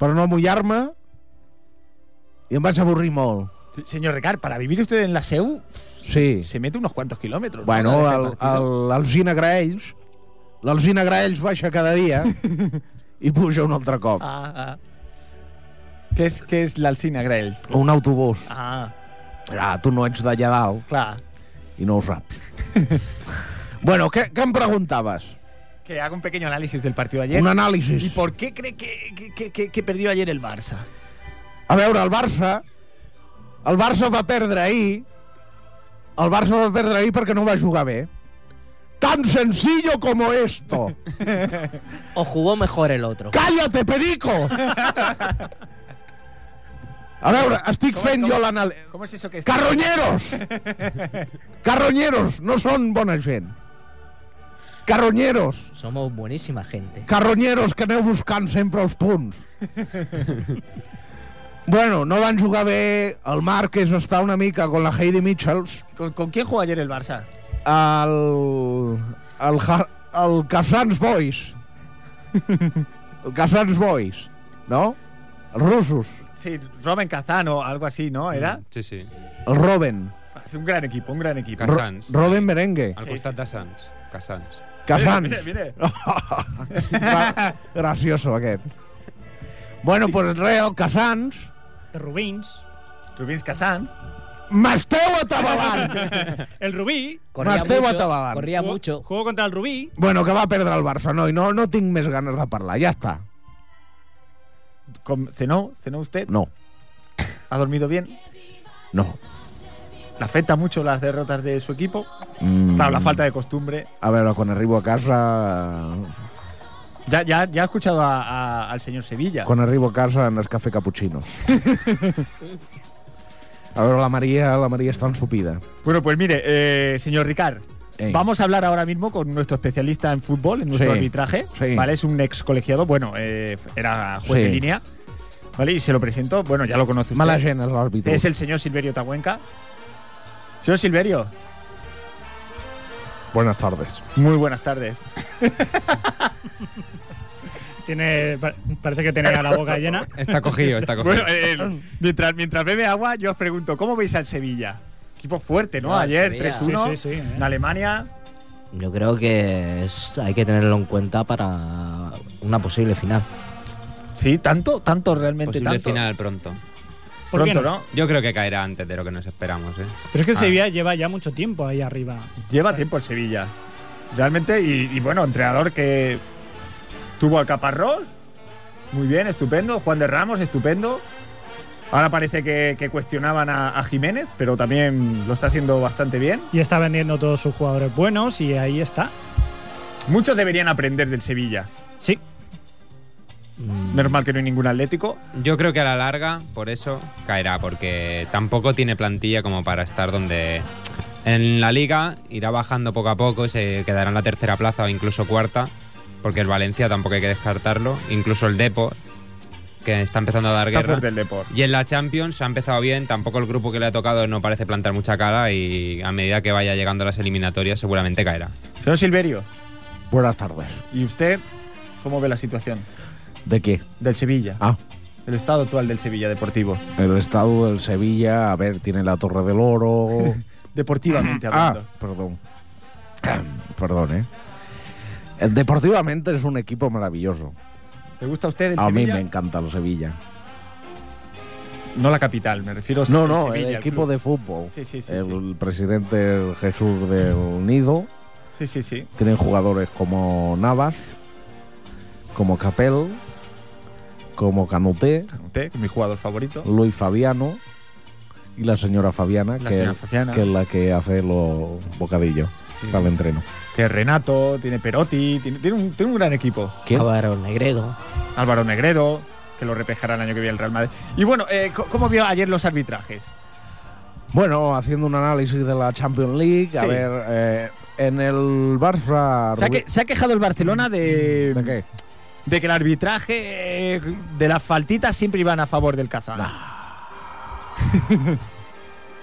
S4: per no mullar-me, i em vaig avorrir molt.
S1: Señor Ricard, para vivir usted en la SEU
S4: Sí.
S1: se mete unos cuantos kilómetros. ¿no?
S4: Bueno,
S1: Para
S4: el,
S1: este partido.
S4: el, el Gina Graells L'Alzina Graells baixa cada dia i puja un altre cop.
S1: Ah, ah. Què és, què és l'Alcina Graells?
S4: Un autobús.
S1: Ah,
S4: Ah, tu no ets d'allà dalt
S1: clar.
S4: i no ho saps. bueno, què, què em preguntaves?
S1: Que haga un pequeño análisis del partido de ayer.
S4: Un
S1: ¿Y
S4: anàlisi.
S1: por qué cree que, que- que, que, que perdió ayer el Barça?
S4: A veure, el Barça... El Barça va perdre ahir... El Barça va perdre ahir perquè no va jugar bé. Tan sencillo como esto.
S3: O jugó mejor el otro.
S4: Cállate, perico! A veure, estic fent jo l'anàlisi...
S1: ¿Cómo es eso que está?
S4: Carronyeros! Carronyeros, no són bona gent. Carronyeros,
S3: Somos buenísima gente.
S4: carronyeros que aneu buscant sempre els punts. bueno, no van jugar bé, el Marques està una mica con la Heidi Mitchells,
S1: ¿Con, con quién jugó ayer el Barça?
S4: el... el, Ja- el Casans Boys. El Casans Boys, no? Els russos,
S1: Sí, Roman Kazan o algo así, ¿no? Era
S5: Mm, Sí, sí.
S4: el Robben.
S1: Es un gran equipo, un gran equipo.
S5: Kazan. Sans.
S4: Robben Merengue.
S5: Al
S1: Sí,
S5: costat de Sants. Casans.
S4: Casans.
S1: Mire, mire, mire.
S4: Va, gracioso aquest. Bueno, pues res, el Casans
S8: de Rubins,
S1: Rubins Casans.
S4: m'esteu atabalant.
S8: el Rubí,
S3: Corría
S4: Más te
S3: mucho,
S4: mataban.
S3: corría
S8: jugó-
S3: mucho.
S8: jugó contra el Rubí,
S4: bueno, que va perdre el Barça, no, i no, no tinc més ganes de parlar, ja està.
S1: Com- Oh, ¿Cenó? ¿Cenó usted?
S4: No,
S1: ¿Ha dormido bien?
S4: no.
S1: ¿Le afecta mucho las derrotas de su equipo?
S4: Mm,
S1: Claro, la falta de costumbre.
S4: A veure, quan arribo a casa...
S1: Ya, ya, ya he escuchado a- a- al señor Sevilla.
S4: Quan arribo a casa en el cafè cappuccino. A veure, la Maria, la Maria està ensupida.
S1: Bueno, pues mire, eh, señor Ricard,
S4: Ey.
S1: vamos a hablar ahora mismo con nuestro especialista en fútbol, en nuestro
S4: Sí,
S1: arbitraje.
S4: sí.
S1: ¿vale? Es un ex colegiado, bueno, eh, era juez
S4: Sí.
S1: de línea. ¿Vale? Y se lo presento, bueno, ya lo conoce usted.
S4: Mala gent és l'àrbitre.
S1: Es el señor Silverio Tahuenca. Señor Silverio,
S4: Buenas tardes.
S1: muy buenas tardes.
S8: tiene, pa- parece que tenía la boca llena.
S5: Está cogido, está cogido.
S1: Bueno, eh, mientras, mientras bebe agua, yo os pregunto, ¿cómo veis al Sevilla? Equipo fuerte, ¿no?
S3: No, el
S1: Ayer
S3: Sevilla.
S1: 3-1
S8: Sí, sí, sí, eh.
S1: en Alemania.
S3: Yo creo que es- hay que tenerlo en cuenta para una posible final.
S1: Sí, tanto, tanto realmente
S5: Posible
S1: tanto.
S5: final pronto.
S8: ¿Por qué
S1: Pronto, ¿no?
S5: Yo creo que caerá antes de lo que nos esperamos, ¿eh?
S8: Pero es que el
S5: Ah.
S8: Sevilla lleva ya mucho tiempo ahí arriba.
S1: Lleva tiempo en Sevilla. Realmente, y, y bueno, entrenador que tuvo al Caparrós. Muy bien, estupendo. Juan de Ramos, estupendo. Ahora parece que, que cuestionaban a, a Jiménez, pero también lo está haciendo bastante bien.
S8: Y está vendiendo todos sus jugadores buenos y ahí está.
S1: Muchos deberían aprender del Sevilla.
S8: Sí,
S3: Mm,
S1: Menos mal que no hay ningún atlético.
S5: Yo creo que a la larga, por eso, caerá, porque tampoco tiene plantilla como para estar donde. En la liga irá bajando poco a poco, se quedará en la tercera plaza o incluso cuarta, porque el Valencia tampoco hay que descartarlo, incluso el Depor, que está empezando a dar
S1: Está
S5: guerra.
S1: fuerte el deporte.
S5: Y en la Champions ha empezado bien, tampoco el grupo que le ha tocado no parece plantar mucha cara y a medida que vaya llegando las eliminatorias seguramente caerá.
S1: Señor Silverio,
S4: Buenas tardes.
S1: ¿y usted cómo ve la situación
S4: ¿De qué?
S1: del Sevilla?
S4: Ah,
S1: El estado actual del Sevilla deportivo.
S4: el estado del Sevilla, a ver, tiene la Torre del Oro...
S1: Deportivamente hablando.
S4: Ah, perdón. perdón, ¿eh? El Deportivamente es un equipo maravilloso.
S1: ¿Le gusta Ah, a usted el
S4: A mí
S1: Sevilla?
S4: me encanta el Sevilla.
S1: No la capital, me refiero
S4: No,
S1: al
S4: no,
S1: Sevilla,
S4: el
S1: al
S4: equipo
S1: club.
S4: de fútbol.
S1: Sí, sí, sí,
S4: el
S1: sí.
S4: presidente Jesús del Nido.
S1: Sí, sí, sí.
S4: Tienen jugadores como Navas, como Capel, como Canuté,
S1: Usted, mi jugador favorito.
S4: Luis Fabiano y la señora Fabiana,
S1: La
S4: que,
S1: señora Fabiana.
S4: que es la que hace los bocadillos
S1: Sí.
S4: para el entreno.
S1: Tiene Renato, tiene Perotti, tiene, tiene un, tiene un gran equipo.
S4: ¿Quién?
S3: Álvaro Negredo.
S1: Álvaro Negredo, que lo repejará el año que viene el Real Madrid. Y bueno, eh, co- ¿cómo vio ayer los arbitrajes?
S4: Bueno, haciendo un análisis de la Champions League, a
S1: Sí.
S4: ver, eh, en el Barça...
S1: Se ha,
S4: Rubí-
S1: que- se ha quejado el Barcelona de,
S4: ¿De qué?
S1: Eh, de que el arbitraje eh, de las faltitas siempre iban a favor del Kazán.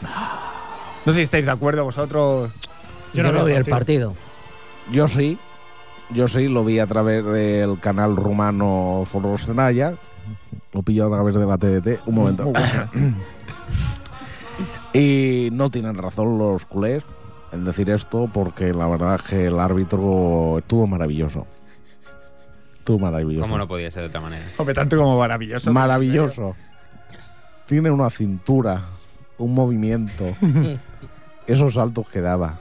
S1: No. sé si estáis de acuerdo vosotros.
S8: Yo
S3: Pues Yo
S8: no veo
S3: no, vi el
S8: partido.
S3: partido.
S4: Yo sí, yo sí, lo vi a través del canal rumano Forosnaya, lo pilló a través de la TDT, un momento.
S1: Muy bueno.
S4: y no tienen razón los culés. en decir esto porque la verdad es que el árbitro estuvo maravilloso. Estuvo maravilloso.
S5: ¿Cómo no podía ser de otra manera?
S1: Hombre, tanto como maravilloso.
S4: Maravilloso. Tiene una cintura, un movimiento, esos saltos que daba,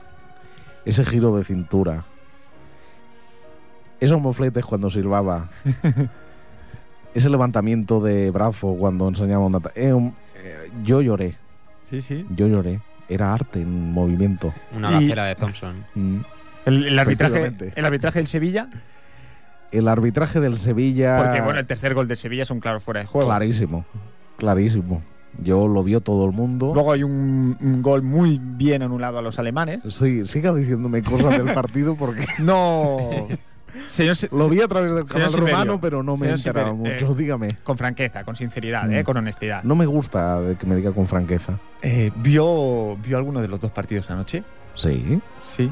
S4: ese giro de cintura, esos mofletes cuando silbaba, ese levantamiento de brazo cuando enseñaba una... ta- eh, un- eh, yo lloré,
S1: Sí, sí.
S4: yo lloré. Era arte en movimiento.
S5: Una
S1: Y-
S5: gacela de Thompson.
S4: Mm.
S1: El, el arbitraje,
S4: Efectivamente.
S1: Eh, el arbitraje del Sevilla,
S4: El arbitraje del Sevilla...
S1: porque bueno, el tercer gol de Sevilla es un claro fuera de juego.
S4: Ah. Clarísimo, clarísimo. Yo lo vio todo el mundo.
S1: Luego hay un, un gol muy bien anulado a los alemanes.
S4: Sí, siga diciéndome cosas del partido porque
S1: No. Señor, Se-
S4: lo vi a través del
S1: Señor
S4: canal
S1: Simerio.
S4: romano, pero no me he
S1: Señor
S4: enterado
S1: Simerio,
S4: mucho.
S1: eh,
S4: Dígame.
S1: con franqueza, con sinceridad,
S4: Mm.
S1: ¿eh? con honestidad.
S4: No me gusta de que me diga con franqueza.
S1: Eh, ¿vio, ¿Vio alguno de los dos partidos anoche?
S4: Sí,
S1: Sí.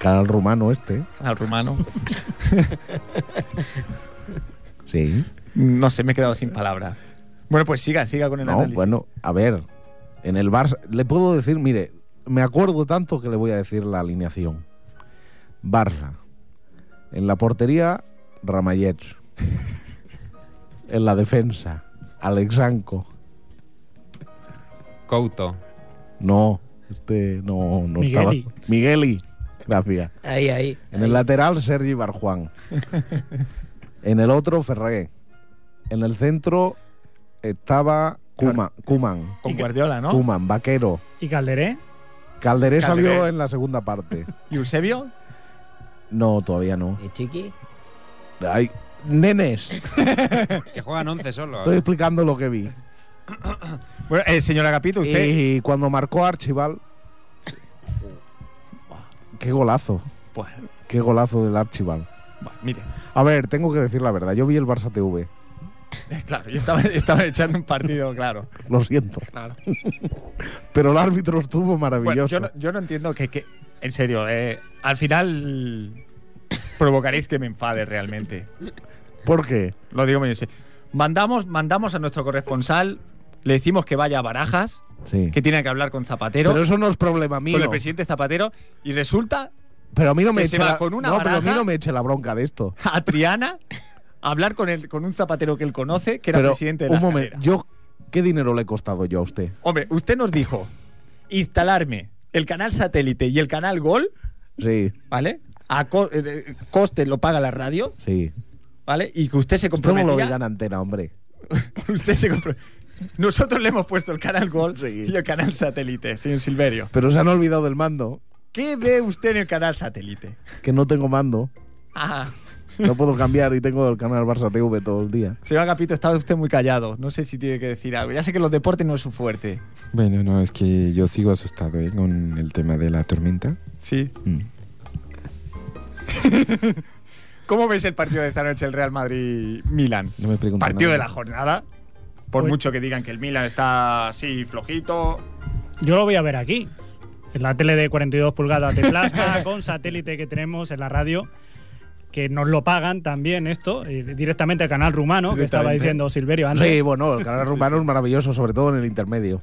S4: canal romano este.
S1: Al rumano.
S4: Sí.
S1: No sé, me he quedado sin palabras. Bueno, pues siga, siga con el
S4: No,
S1: análisis.
S4: bueno, a ver. En el Barça le puedo decir, mire, me acuerdo tanto que le voy a decir la alineación. Barça. En la portería, Ramayet. en la defensa, Alexanco.
S5: Couto.
S4: No, este no, no
S8: Migueli.
S4: estaba. Migueli. Gracias.
S3: Ahí, ahí.
S4: En el lateral, Sergi Barjuan. en el otro, Ferré. En el centro estaba Kuma- Kuman.
S1: Con Guardiola, ¿no?
S4: Kuman, vaquero.
S8: ¿Y Calderé?
S4: Calderé salió
S1: Calderé.
S4: en la segunda parte.
S1: ¿Y Eusebio?
S4: No, todavía no.
S3: ¿Y Chiqui?
S4: Ay, nenes,
S5: Que juegan 11 solo.
S4: estoy explicando lo que vi.
S1: Bueno, eh, señor Agapito, usted.
S4: Y cuando marcó Archival. Qué golazo,
S1: Bueno,
S4: qué golazo del Archival.
S1: bueno, mire.
S4: A ver, tengo que decir la verdad. Yo vi el Barça TV.
S1: Eh, Claro, yo estaba, estaba echando un partido, claro.
S4: Lo siento. Pero el árbitro estuvo
S1: Bueno,
S4: maravilloso.
S1: yo, no, yo no entiendo que, que- en serio, eh, al final provocaréis que me enfade realmente.
S4: ¿Por qué?
S1: Lo digo muy en serio. Mandamos, mandamos a nuestro corresponsal, le decimos que vaya a Barajas,
S4: Sí.
S1: que tiene que hablar con Zapatero,
S4: Pero eso no es problema mío.
S1: con el presidente Zapatero, y resulta
S4: Pero a mí no me
S1: que se
S4: eche
S1: va
S4: la...
S1: con una
S4: no, pero a mí
S1: baraja.
S4: no me eche la bronca de esto.
S1: a Triana a hablar con, el, con un zapatero que él conoce, que era
S4: pero
S1: presidente de la
S4: un momento,
S1: escalera.
S4: yo ¿qué dinero le he costado yo a usted?
S1: Hombre, usted nos dijo instalarme el canal satélite y el canal Gol,
S4: Sí,
S1: ¿vale? A co- eh, eh, coste lo paga la radio,
S4: sí.
S1: ¿vale? Y que usted se
S4: Esto no lo digan
S1: comprometía.
S4: antena, hombre.
S1: usted se compro- Nosotros le hemos puesto el canal Gol
S4: Sí.
S1: y el canal satélite, señor Silverio.
S4: Pero se han olvidado del mando,
S1: ¿Qué ve usted en el canal satélite?
S4: que no tengo mando,
S1: Ah,
S4: no puedo cambiar y tengo el canal Barça TV todo el día.
S1: señor Agapito, estaba usted muy callado. No sé si tiene que decir algo. Ya sé que los deportes no es su fuerte.
S7: Bueno, no, es que yo sigo asustado ¿eh? con el tema de la tormenta.
S1: Sí.
S7: Mm.
S1: ¿Cómo ves el partido de esta noche el Real Madrid-Milan?
S7: No me preguntan
S1: Partido de
S7: nada.
S1: la jornada. Por
S8: Pues-
S1: mucho que digan que el Milan está así flojito.
S8: Yo lo voy a ver aquí. En la tele de 42 pulgadas de plasma, con satélite que tenemos en la radio, que nos lo pagan también esto, eh, directamente al canal rumano, que estaba
S1: Directamente.
S8: diciendo Silverio antes.
S4: Sí, bueno, el canal rumano es maravilloso, sobre todo en el intermedio.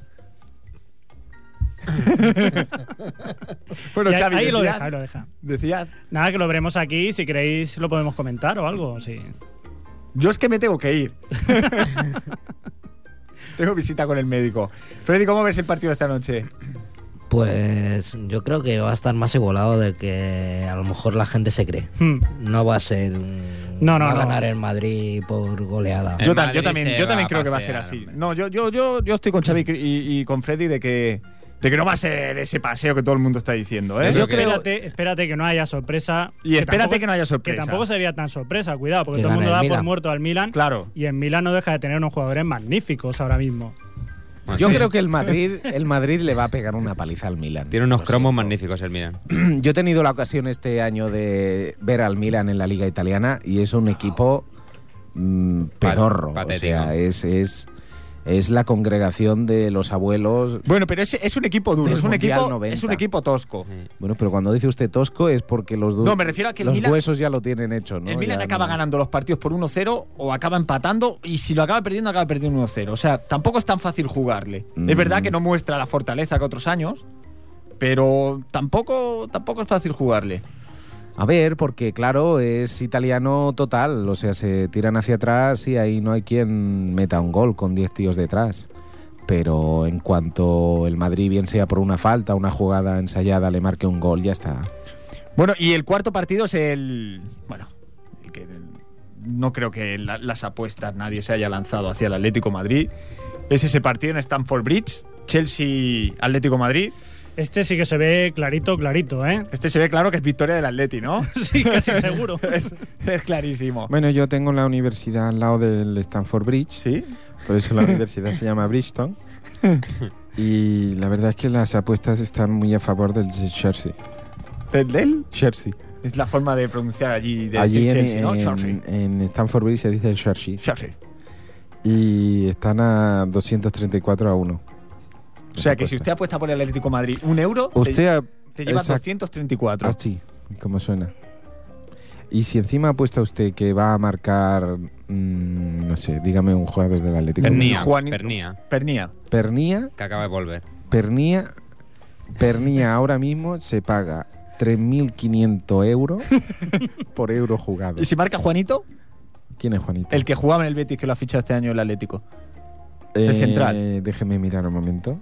S1: Bueno,
S8: Y ahí-
S1: Xavi,
S8: ahí lo
S1: decías-
S8: deja, ahí lo deja.
S1: Decías.
S8: Nada, que lo veremos aquí, si queréis lo podemos comentar o algo. Sí.
S1: Yo es que me tengo que ir. tengo visita con el médico. Freddy, ¿cómo ves el partido de esta noche?
S3: Pues yo creo que va a estar más igualado de que a lo mejor la gente se cree.
S8: Hmm.
S3: No va a ser. un-
S8: No, no,
S3: va a
S8: no.
S3: ganar el Madrid por goleada.
S5: El
S1: Yo, tam- yo
S5: Madrid
S1: también,
S5: se
S1: yo también
S5: va a
S1: creo que va a ser
S5: pasear,
S1: así.
S5: hombre.
S1: No, yo, yo, yo, yo estoy con Xavi y, y con Freddy de que, de que no va a ser ese paseo que todo el mundo está diciendo. ¿eh?
S5: Yo creo que-
S8: Espérate, espérate que no haya sorpresa.
S1: Y espérate que no haya
S8: Que
S1: sorpresa.
S8: tampoco sería tan sorpresa, cuidado, porque
S3: Que
S8: todo el
S3: gane
S8: mundo
S3: el
S8: da por
S3: Milan.
S8: muerto al Milan.
S1: Claro.
S8: Y en Milan no deja de tener unos jugadores magníficos ahora mismo.
S1: Pues
S5: Bueno,
S4: Yo
S5: tiene-
S4: creo que el Madrid, el Madrid le va a pegar una paliza al Milan.
S5: Tiene unos
S4: Lo
S5: cromos
S4: siento.
S5: magníficos el Milan.
S4: Yo he tenido la ocasión este año de ver al Milan en la Liga Italiana y es un equipo mm,
S5: Pa-
S4: pedorro. o
S5: patético.
S4: sea, es, es, es la congregación de los abuelos.
S1: Bueno, pero es, es un equipo duro,
S4: Del
S1: es un
S4: Mundial
S1: equipo,
S4: 90.
S1: es un equipo tosco.
S4: Bueno, pero cuando dice usted tosco es porque los, du-
S1: No, me refiero a que el
S4: los
S1: Milan-
S4: huesos ya lo tienen hecho. ¿no?
S1: el Milan
S4: Ya
S1: acaba
S4: no-
S1: ganando los partidos por 1-0 o acaba empatando y si lo acaba perdiendo, acaba perdiendo 1-0. O sea, tampoco es tan fácil jugarle.
S4: Mm.
S1: Es verdad que no muestra la fortaleza que otros años, pero tampoco, tampoco es fácil jugarle.
S7: A ver, porque claro, es italiano total, o sea, se tiran hacia atrás y ahí no hay quien meta un gol con 10 tíos detrás. Pero en cuanto el Madrid, bien sea por una falta, una jugada ensayada, le marque un gol, ya está.
S1: Bueno, y el cuarto partido es el. Bueno, el que no creo que la- las apuestas nadie se haya lanzado hacia el Atlético Madrid. Es ese partido en Stamford Bridge, Chelsea-Atlético Madrid.
S8: Este sí que se ve clarito, clarito, ¿eh?
S1: Este se ve claro que es victoria del Atleti, ¿no?
S8: Sí, casi seguro.
S1: es, es clarísimo.
S7: Bueno, yo tengo la universidad al lado del Stanford Bridge,
S1: ¿Sí?
S7: por eso la universidad se llama Bridgeton. Y la verdad es que las apuestas están muy a favor del Chelsea.
S1: ¿Del- del?
S7: Chelsea.
S1: Es la forma de pronunciar allí de
S7: Allí
S1: decir
S7: en,
S1: Chelsea, ¿no? Chelsea.
S7: en- en Stanford Bridge se dice Chelsea.
S1: Chelsea.
S7: Y están a 234 a 1.
S1: O sea que si usted apuesta por el Atlético Madrid un euro, te-
S7: Usted a-
S1: te, lleva
S7: exacto.
S1: 234.
S7: así, como suena. Y si encima apuesta usted que va a marcar, mm, no sé, dígame un jugador del Atlético.
S5: Pernía,
S1: Juan-
S5: Pernía,
S1: Pernía.
S7: Pernía,
S5: que acaba de volver.
S7: Pernía, Pernía ahora mismo se paga 3.500 euros por euro jugado.
S1: ¿Y si marca Juanito?
S7: ¿Quién es Juanito?
S1: El que jugaba en el Betis, que lo ha fichado este año el Atlético.
S7: Eh,
S1: central.
S7: Déjeme mirar un momento.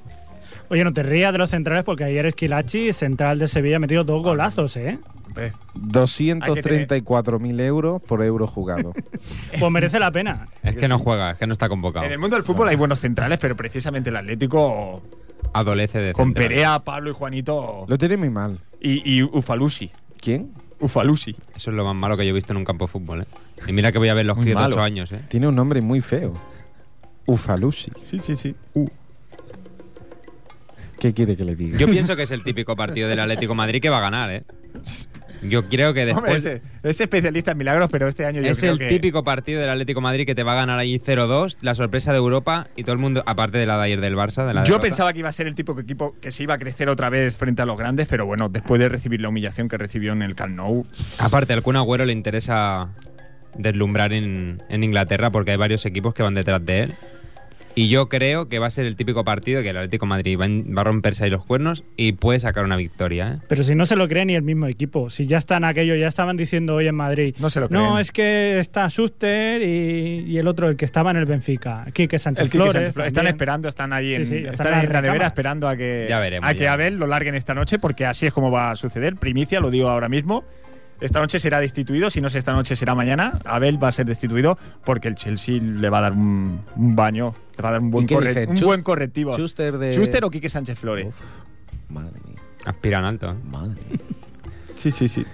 S8: Oye, no te rías de los centrales porque ayer Esquilachi, central de Sevilla, ha metido dos golazos, ¿eh?
S1: tener-
S7: 234.000 euros por euro jugado.
S8: Pues merece la pena.
S5: Es que no juega, es que no está convocado.
S1: En el mundo del fútbol hay buenos centrales, pero precisamente el Atlético,
S5: Adolece de
S1: con
S5: central.
S1: Perea, Pablo y Juanito
S7: Lo tiene muy mal.
S1: y, y Ufalusi.
S7: ¿Quién?
S1: Ufalusi.
S5: Eso es lo más malo que yo he visto en un campo de fútbol, ¿eh? Y mira que voy a ver los
S1: Muy
S5: críos de
S1: malo.
S5: 8 años, ¿eh?
S7: Tiene un nombre muy feo. Ufalusi.
S1: Sí, sí, sí.
S7: ¿Qué quiere que le diga?
S5: Yo pienso que es el típico partido del Atlético Madrid que va a ganar, ¿eh? Yo creo que
S1: Hombre,
S5: después...
S1: ese, ese especialista en milagros, pero este año yo
S5: Es
S1: creo
S5: el
S1: que-
S5: típico partido del Atlético Madrid que te va a ganar ahí 0-2, la sorpresa de Europa y todo el mundo, aparte de la de ayer del Barça, de la
S1: Yo
S5: derrota.
S1: pensaba que iba a ser el tipo de equipo que se iba a crecer otra vez frente a los grandes, pero bueno, después de recibir la humillación que recibió en el Camp Nou,
S5: Aparte, al Kun Agüero le interesa deslumbrar en, en Inglaterra porque hay varios equipos que van detrás de él. Y yo creo que va a ser el típico partido que el Atlético de Madrid va, en- va a romperse ahí los cuernos y puede sacar una victoria. ¿eh?
S8: Pero si no se lo cree ni el mismo equipo. Si ya están aquellos, ya estaban diciendo hoy en Madrid.
S1: no se lo creen.
S8: No, es que está Schuster y, y el otro, el que estaba en el Benfica. Quique Sánchez
S1: El Quique
S8: Flores.
S1: Sánchez Flores. Están
S8: también.
S1: esperando, están ahí en,
S8: Sí, sí,
S1: están
S8: están en
S1: ahí
S8: la
S1: en la nevera
S8: recámara.
S1: esperando a que,
S5: Ya veremos,
S1: a que
S5: ya
S1: Abel lo larguen esta noche, porque así es como va a suceder. Primicia, lo digo ahora mismo. Esta noche será destituido, si no es esta noche será mañana. Abel va a ser destituido porque el Chelsea le va a dar un, un baño, le va a dar un buen,
S7: ¿Y qué
S1: corre-
S7: dicen?
S1: un
S7: Chus-
S1: buen correctivo.
S7: Schuster de...
S1: ¿Schuster o Quique Sánchez Flores?
S7: Madre mía,
S5: Aspiran alto. ¿eh?
S7: madre mía.
S1: Sí, sí, sí.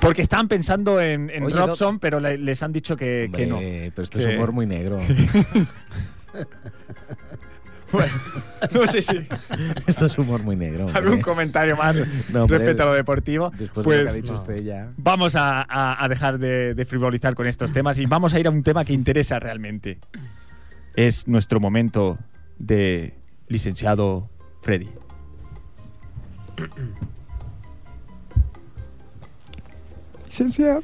S1: Porque estaban pensando en, en
S7: Oye,
S1: Robson, pero le- les han dicho que, que no.
S7: Hombre, Pero esto
S1: Que-
S7: es humor muy negro.
S1: Bueno, no sé si
S7: esto es humor muy negro. hombre.
S1: algún comentario más
S7: No, hombre.
S1: respecto a lo deportivo.
S7: Después de lo que
S1: pues
S7: ha dicho usted ya.
S1: Vamos a, a- a dejar de, de frivolizar con estos temas y vamos a ir a un tema que interesa realmente. Es nuestro momento de licenciado Freddy.
S7: Licenciado,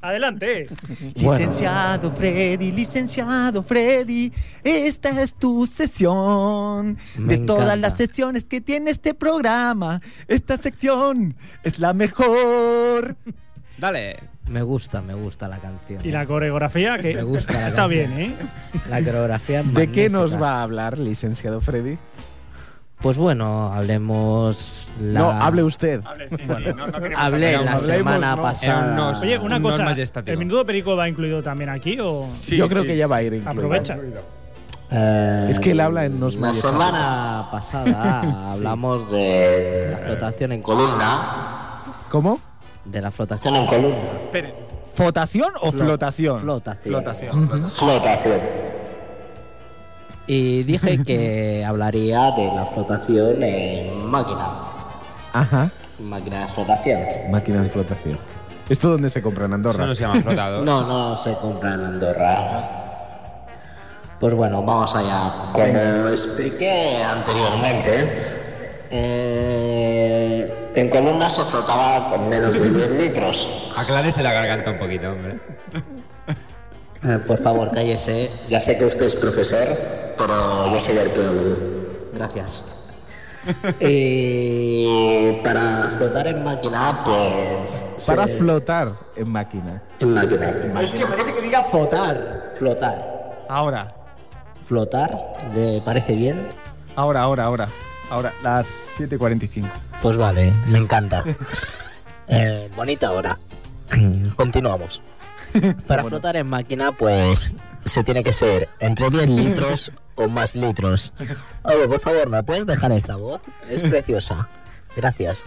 S8: Adelante. eh.
S1: Licenciado Freddy, licenciado Freddy, esta es tu sesión.
S3: Me
S1: de todas
S3: encanta.
S1: las sesiones que tiene este programa, esta sección es la mejor.
S5: Dale.
S3: Me gusta, me gusta la canción. eh.
S8: Y la coreografía, que
S3: Me gusta la
S8: está
S3: canción.
S8: bien, ¿eh?
S3: La coreografía es
S7: ¿De qué nos
S3: magnífica.
S7: va a hablar, licenciado Freddy?
S3: Pues bueno, hablemos la...
S7: No, hable usted.
S3: Hablé
S5: Hablamos,
S3: la
S5: hablemos,
S3: semana
S7: ¿no?
S3: pasada.
S5: Era unos-
S8: Oye, una
S5: No es
S8: cosa.
S5: majestativo.
S8: ¿El minuto perico va incluido también aquí o.?
S7: Yo creo que ya va a ir incluido.
S8: Aprovecha.
S3: Eh,
S7: Es que él habla en nos
S3: La
S7: mayores.
S3: semana pasada hablamos de la flotación en columna.
S7: ¿Cómo?
S3: De la flotación en columna.
S1: ¿Fotación o flotación?
S3: Flotación.
S1: Flotación.
S3: Flotación. Y dije que hablaría de la flotación en máquina.
S7: Ajá.
S3: Máquina de flotación.
S7: Máquina de flotación. ¿Esto dónde se compra? En
S5: Eso
S7: Andorra.
S5: no se llama flotador.
S3: No, no se compra en Andorra. Pues bueno, vamos allá. Como expliqué anteriormente, eh, en columna se flotaba con menos de 10 litros.
S5: Aclárese la garganta un poquito, hombre.
S3: Eh, por favor, cállese. Ya sé que usted es profesor, pero yo soy arqueólogo. Gracias. Y Eh, para flotar en máquina, pues.
S4: Para
S3: se-
S4: flotar en máquina.
S3: En máquina.
S9: Es que parece que diga flotar.
S3: Flotar.
S1: Ahora,
S3: Flotar, ¿te parece bien?
S1: ahora, ahora, ahora. Ahora, las 7.45.
S3: Pues vale, me encanta. Eh, bonita hora. Continuamos. Para flotar en máquina, pues se tiene que ser entre 10 litros o más litros. Oye, por favor, ¿me puedes dejar esta voz? Es preciosa. Gracias.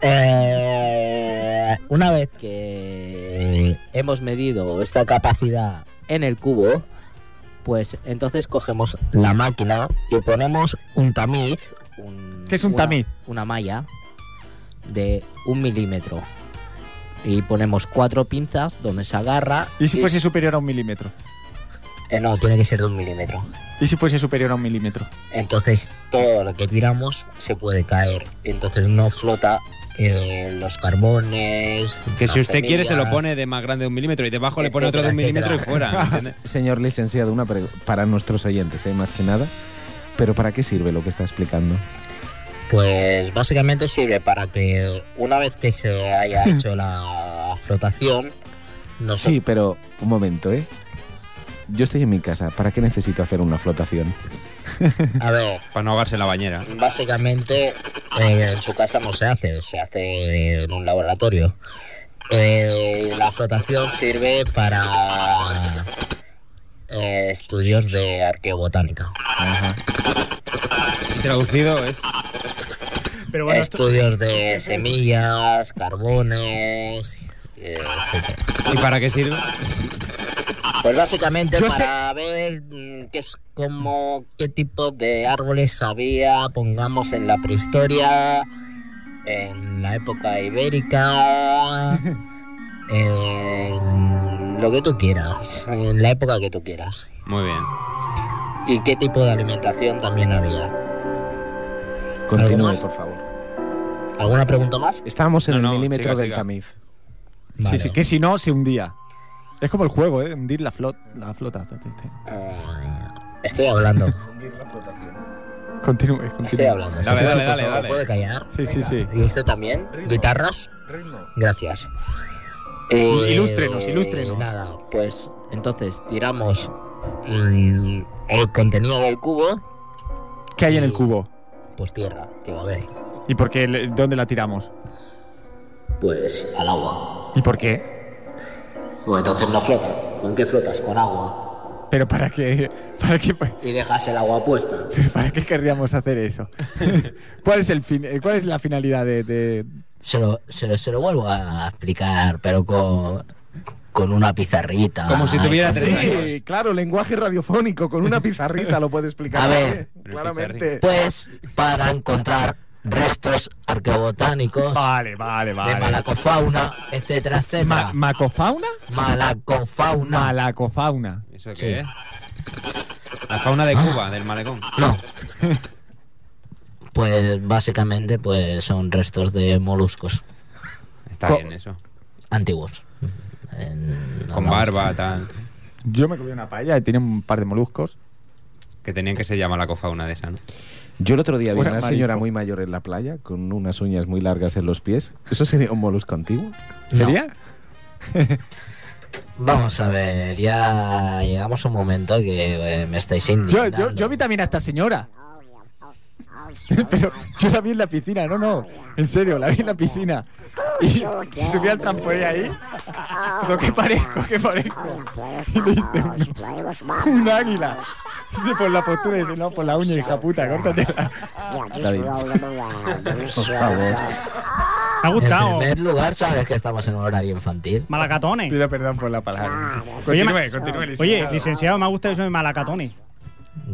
S3: Eh, una vez que hemos medido esta capacidad en el cubo, pues entonces cogemos la máquina y ponemos un tamiz. un-
S1: ¿Qué es un
S3: una-
S1: tamiz?
S3: Una malla de un milímetro. Y ponemos cuatro pinzas donde se agarra.
S1: ¿Y si fuese superior a un milímetro?
S3: Eh, no, tiene que ser de un milímetro.
S1: ¿Y si fuese superior a un milímetro?
S3: Entonces todo lo que tiramos se puede caer. Entonces no flota eh, los carbones.
S5: Que si
S3: las
S5: usted quiere se lo
S3: semillas.
S5: pone de más grande de un milímetro y debajo le pone otro de un
S3: Etcétera,
S5: milímetro y fuera. ¿entiendes?
S4: Señor licenciado, una pre- para nuestros oyentes, ¿eh? más que nada. Pero ¿para qué sirve lo que está explicando?
S3: Pues básicamente sirve para que una vez que se haya hecho la flotación, no se-
S4: Sí, pero un momento, ¿eh? Yo estoy en mi casa, ¿para qué necesito hacer una flotación?
S3: a ver,
S5: Para no ahogarse en la bañera.
S3: Básicamente eh, en su casa no se hace, se hace en un laboratorio. Eh, la flotación sirve para eh, estudios de arqueobotánica,
S5: Y traducido es.
S8: Pero bueno, esto-
S3: estudios de semillas, carbones. eh, etcétera.
S5: ¿Y para qué sirve?
S3: Pues básicamente
S1: Yo sé-
S3: para ver mm, qué es como qué tipo de árboles había, pongamos en la prehistoria, en la época ibérica, en lo que tú quieras, en la época que tú quieras.
S5: Muy bien.
S3: Y qué tipo de alimentación también había.
S4: Continúe,
S3: más?
S4: por favor.
S3: ¿Alguna pregunta más?
S4: Estábamos en
S5: No,
S4: el
S5: no,
S4: milímetro
S5: siga,
S4: del
S5: siga.
S4: tamiz.
S3: Vale.
S1: Sí, sí, que si no, se hundía. Es como el juego, ¿eh? Hundir la, flot la flota.
S3: Eh, estoy hablando,
S1: Continúe,
S3: estoy
S1: continúe.
S3: hablando.
S5: Dale,
S3: ¿Se puede-
S5: dale, dale,
S3: ¿Se
S5: dale.
S3: puede callar?
S1: Sí, sí, sí.
S3: ¿Y usted también? ¿Guitarras? Gracias. Eh,
S1: Ilústrenos, ilústrenos.
S3: Nada, pues entonces tiramos mm, el contenido del cubo,
S1: ¿Qué hay en el cubo?
S3: pues tierra, que va a haber,
S1: ¿Y por qué? le- ¿Dónde la tiramos?
S3: pues al agua.
S1: ¿Y por qué?
S3: Pues entonces no flota. ¿Con qué flotas? Con agua.
S1: ¿Pero para qué? ¿Para qué?
S3: Y dejas el agua puesta.
S1: ¿Pero para qué querríamos hacer eso? ¿Cuál es el fin, eh, cuál es la finalidad de, de-
S3: Se lo, se lo, se lo vuelvo a explicar, pero con, con una pizarrita.
S5: Como si tuviera tres años.
S10: Sí, claro, lenguaje radiofónico, con una pizarrita lo puede explicar.
S3: A ver.
S10: ¿eh? claramente.
S3: Pues para encontrar restos arqueobotánicos.
S1: Vale, vale,
S3: de
S1: vale.
S3: malacofauna, etcétera, etcétera.
S1: Ma- ¿Macofauna?
S3: malacofauna.
S1: Malacofauna.
S5: ¿Eso qué
S3: Sí. Ah.
S5: es? La fauna de Cuba, del malecón.
S3: no. Pues básicamente pues son restos de moluscos
S5: Está
S1: Co-
S5: bien eso.
S3: antiguos. En-
S5: Con
S3: hablamos.
S5: barba, tal.
S1: Yo me comí una paella y tiene un par de moluscos.
S5: Que tenían que se llama la cofauna de esa, ¿no?
S4: Yo el otro día vi
S1: Fuera
S4: una señora
S1: marisco.
S4: muy mayor en la playa con unas uñas muy largas en los pies. ¿Eso sería un molusco antiguo?
S3: No.
S1: ¿Sería?
S3: Vamos a ver, ya llegamos a un momento que eh, me estáis
S1: Yo,
S3: indignando.
S1: yo, yo vi también a esta señora. Pero yo la vi en la piscina, no, no. En serio, la vi en la piscina. Y se subía al trampolín ahí. Pero qué parezco, qué parezco. Y le dice un, un águila. Dice por la postura, dice, no, por la uña, hija puta, córtatela.
S4: David. Por favor.
S8: me ha
S3: En
S8: gustado.
S3: primer lugar, sabes que estamos en un horario infantil.
S8: Malacatones.
S1: Pido perdón por la palabra.
S8: Oye,
S1: Continúe,
S8: ma-
S1: continúe,
S8: Oye,
S1: licenciado.
S8: licenciado, me ha gustado eso de malacatones.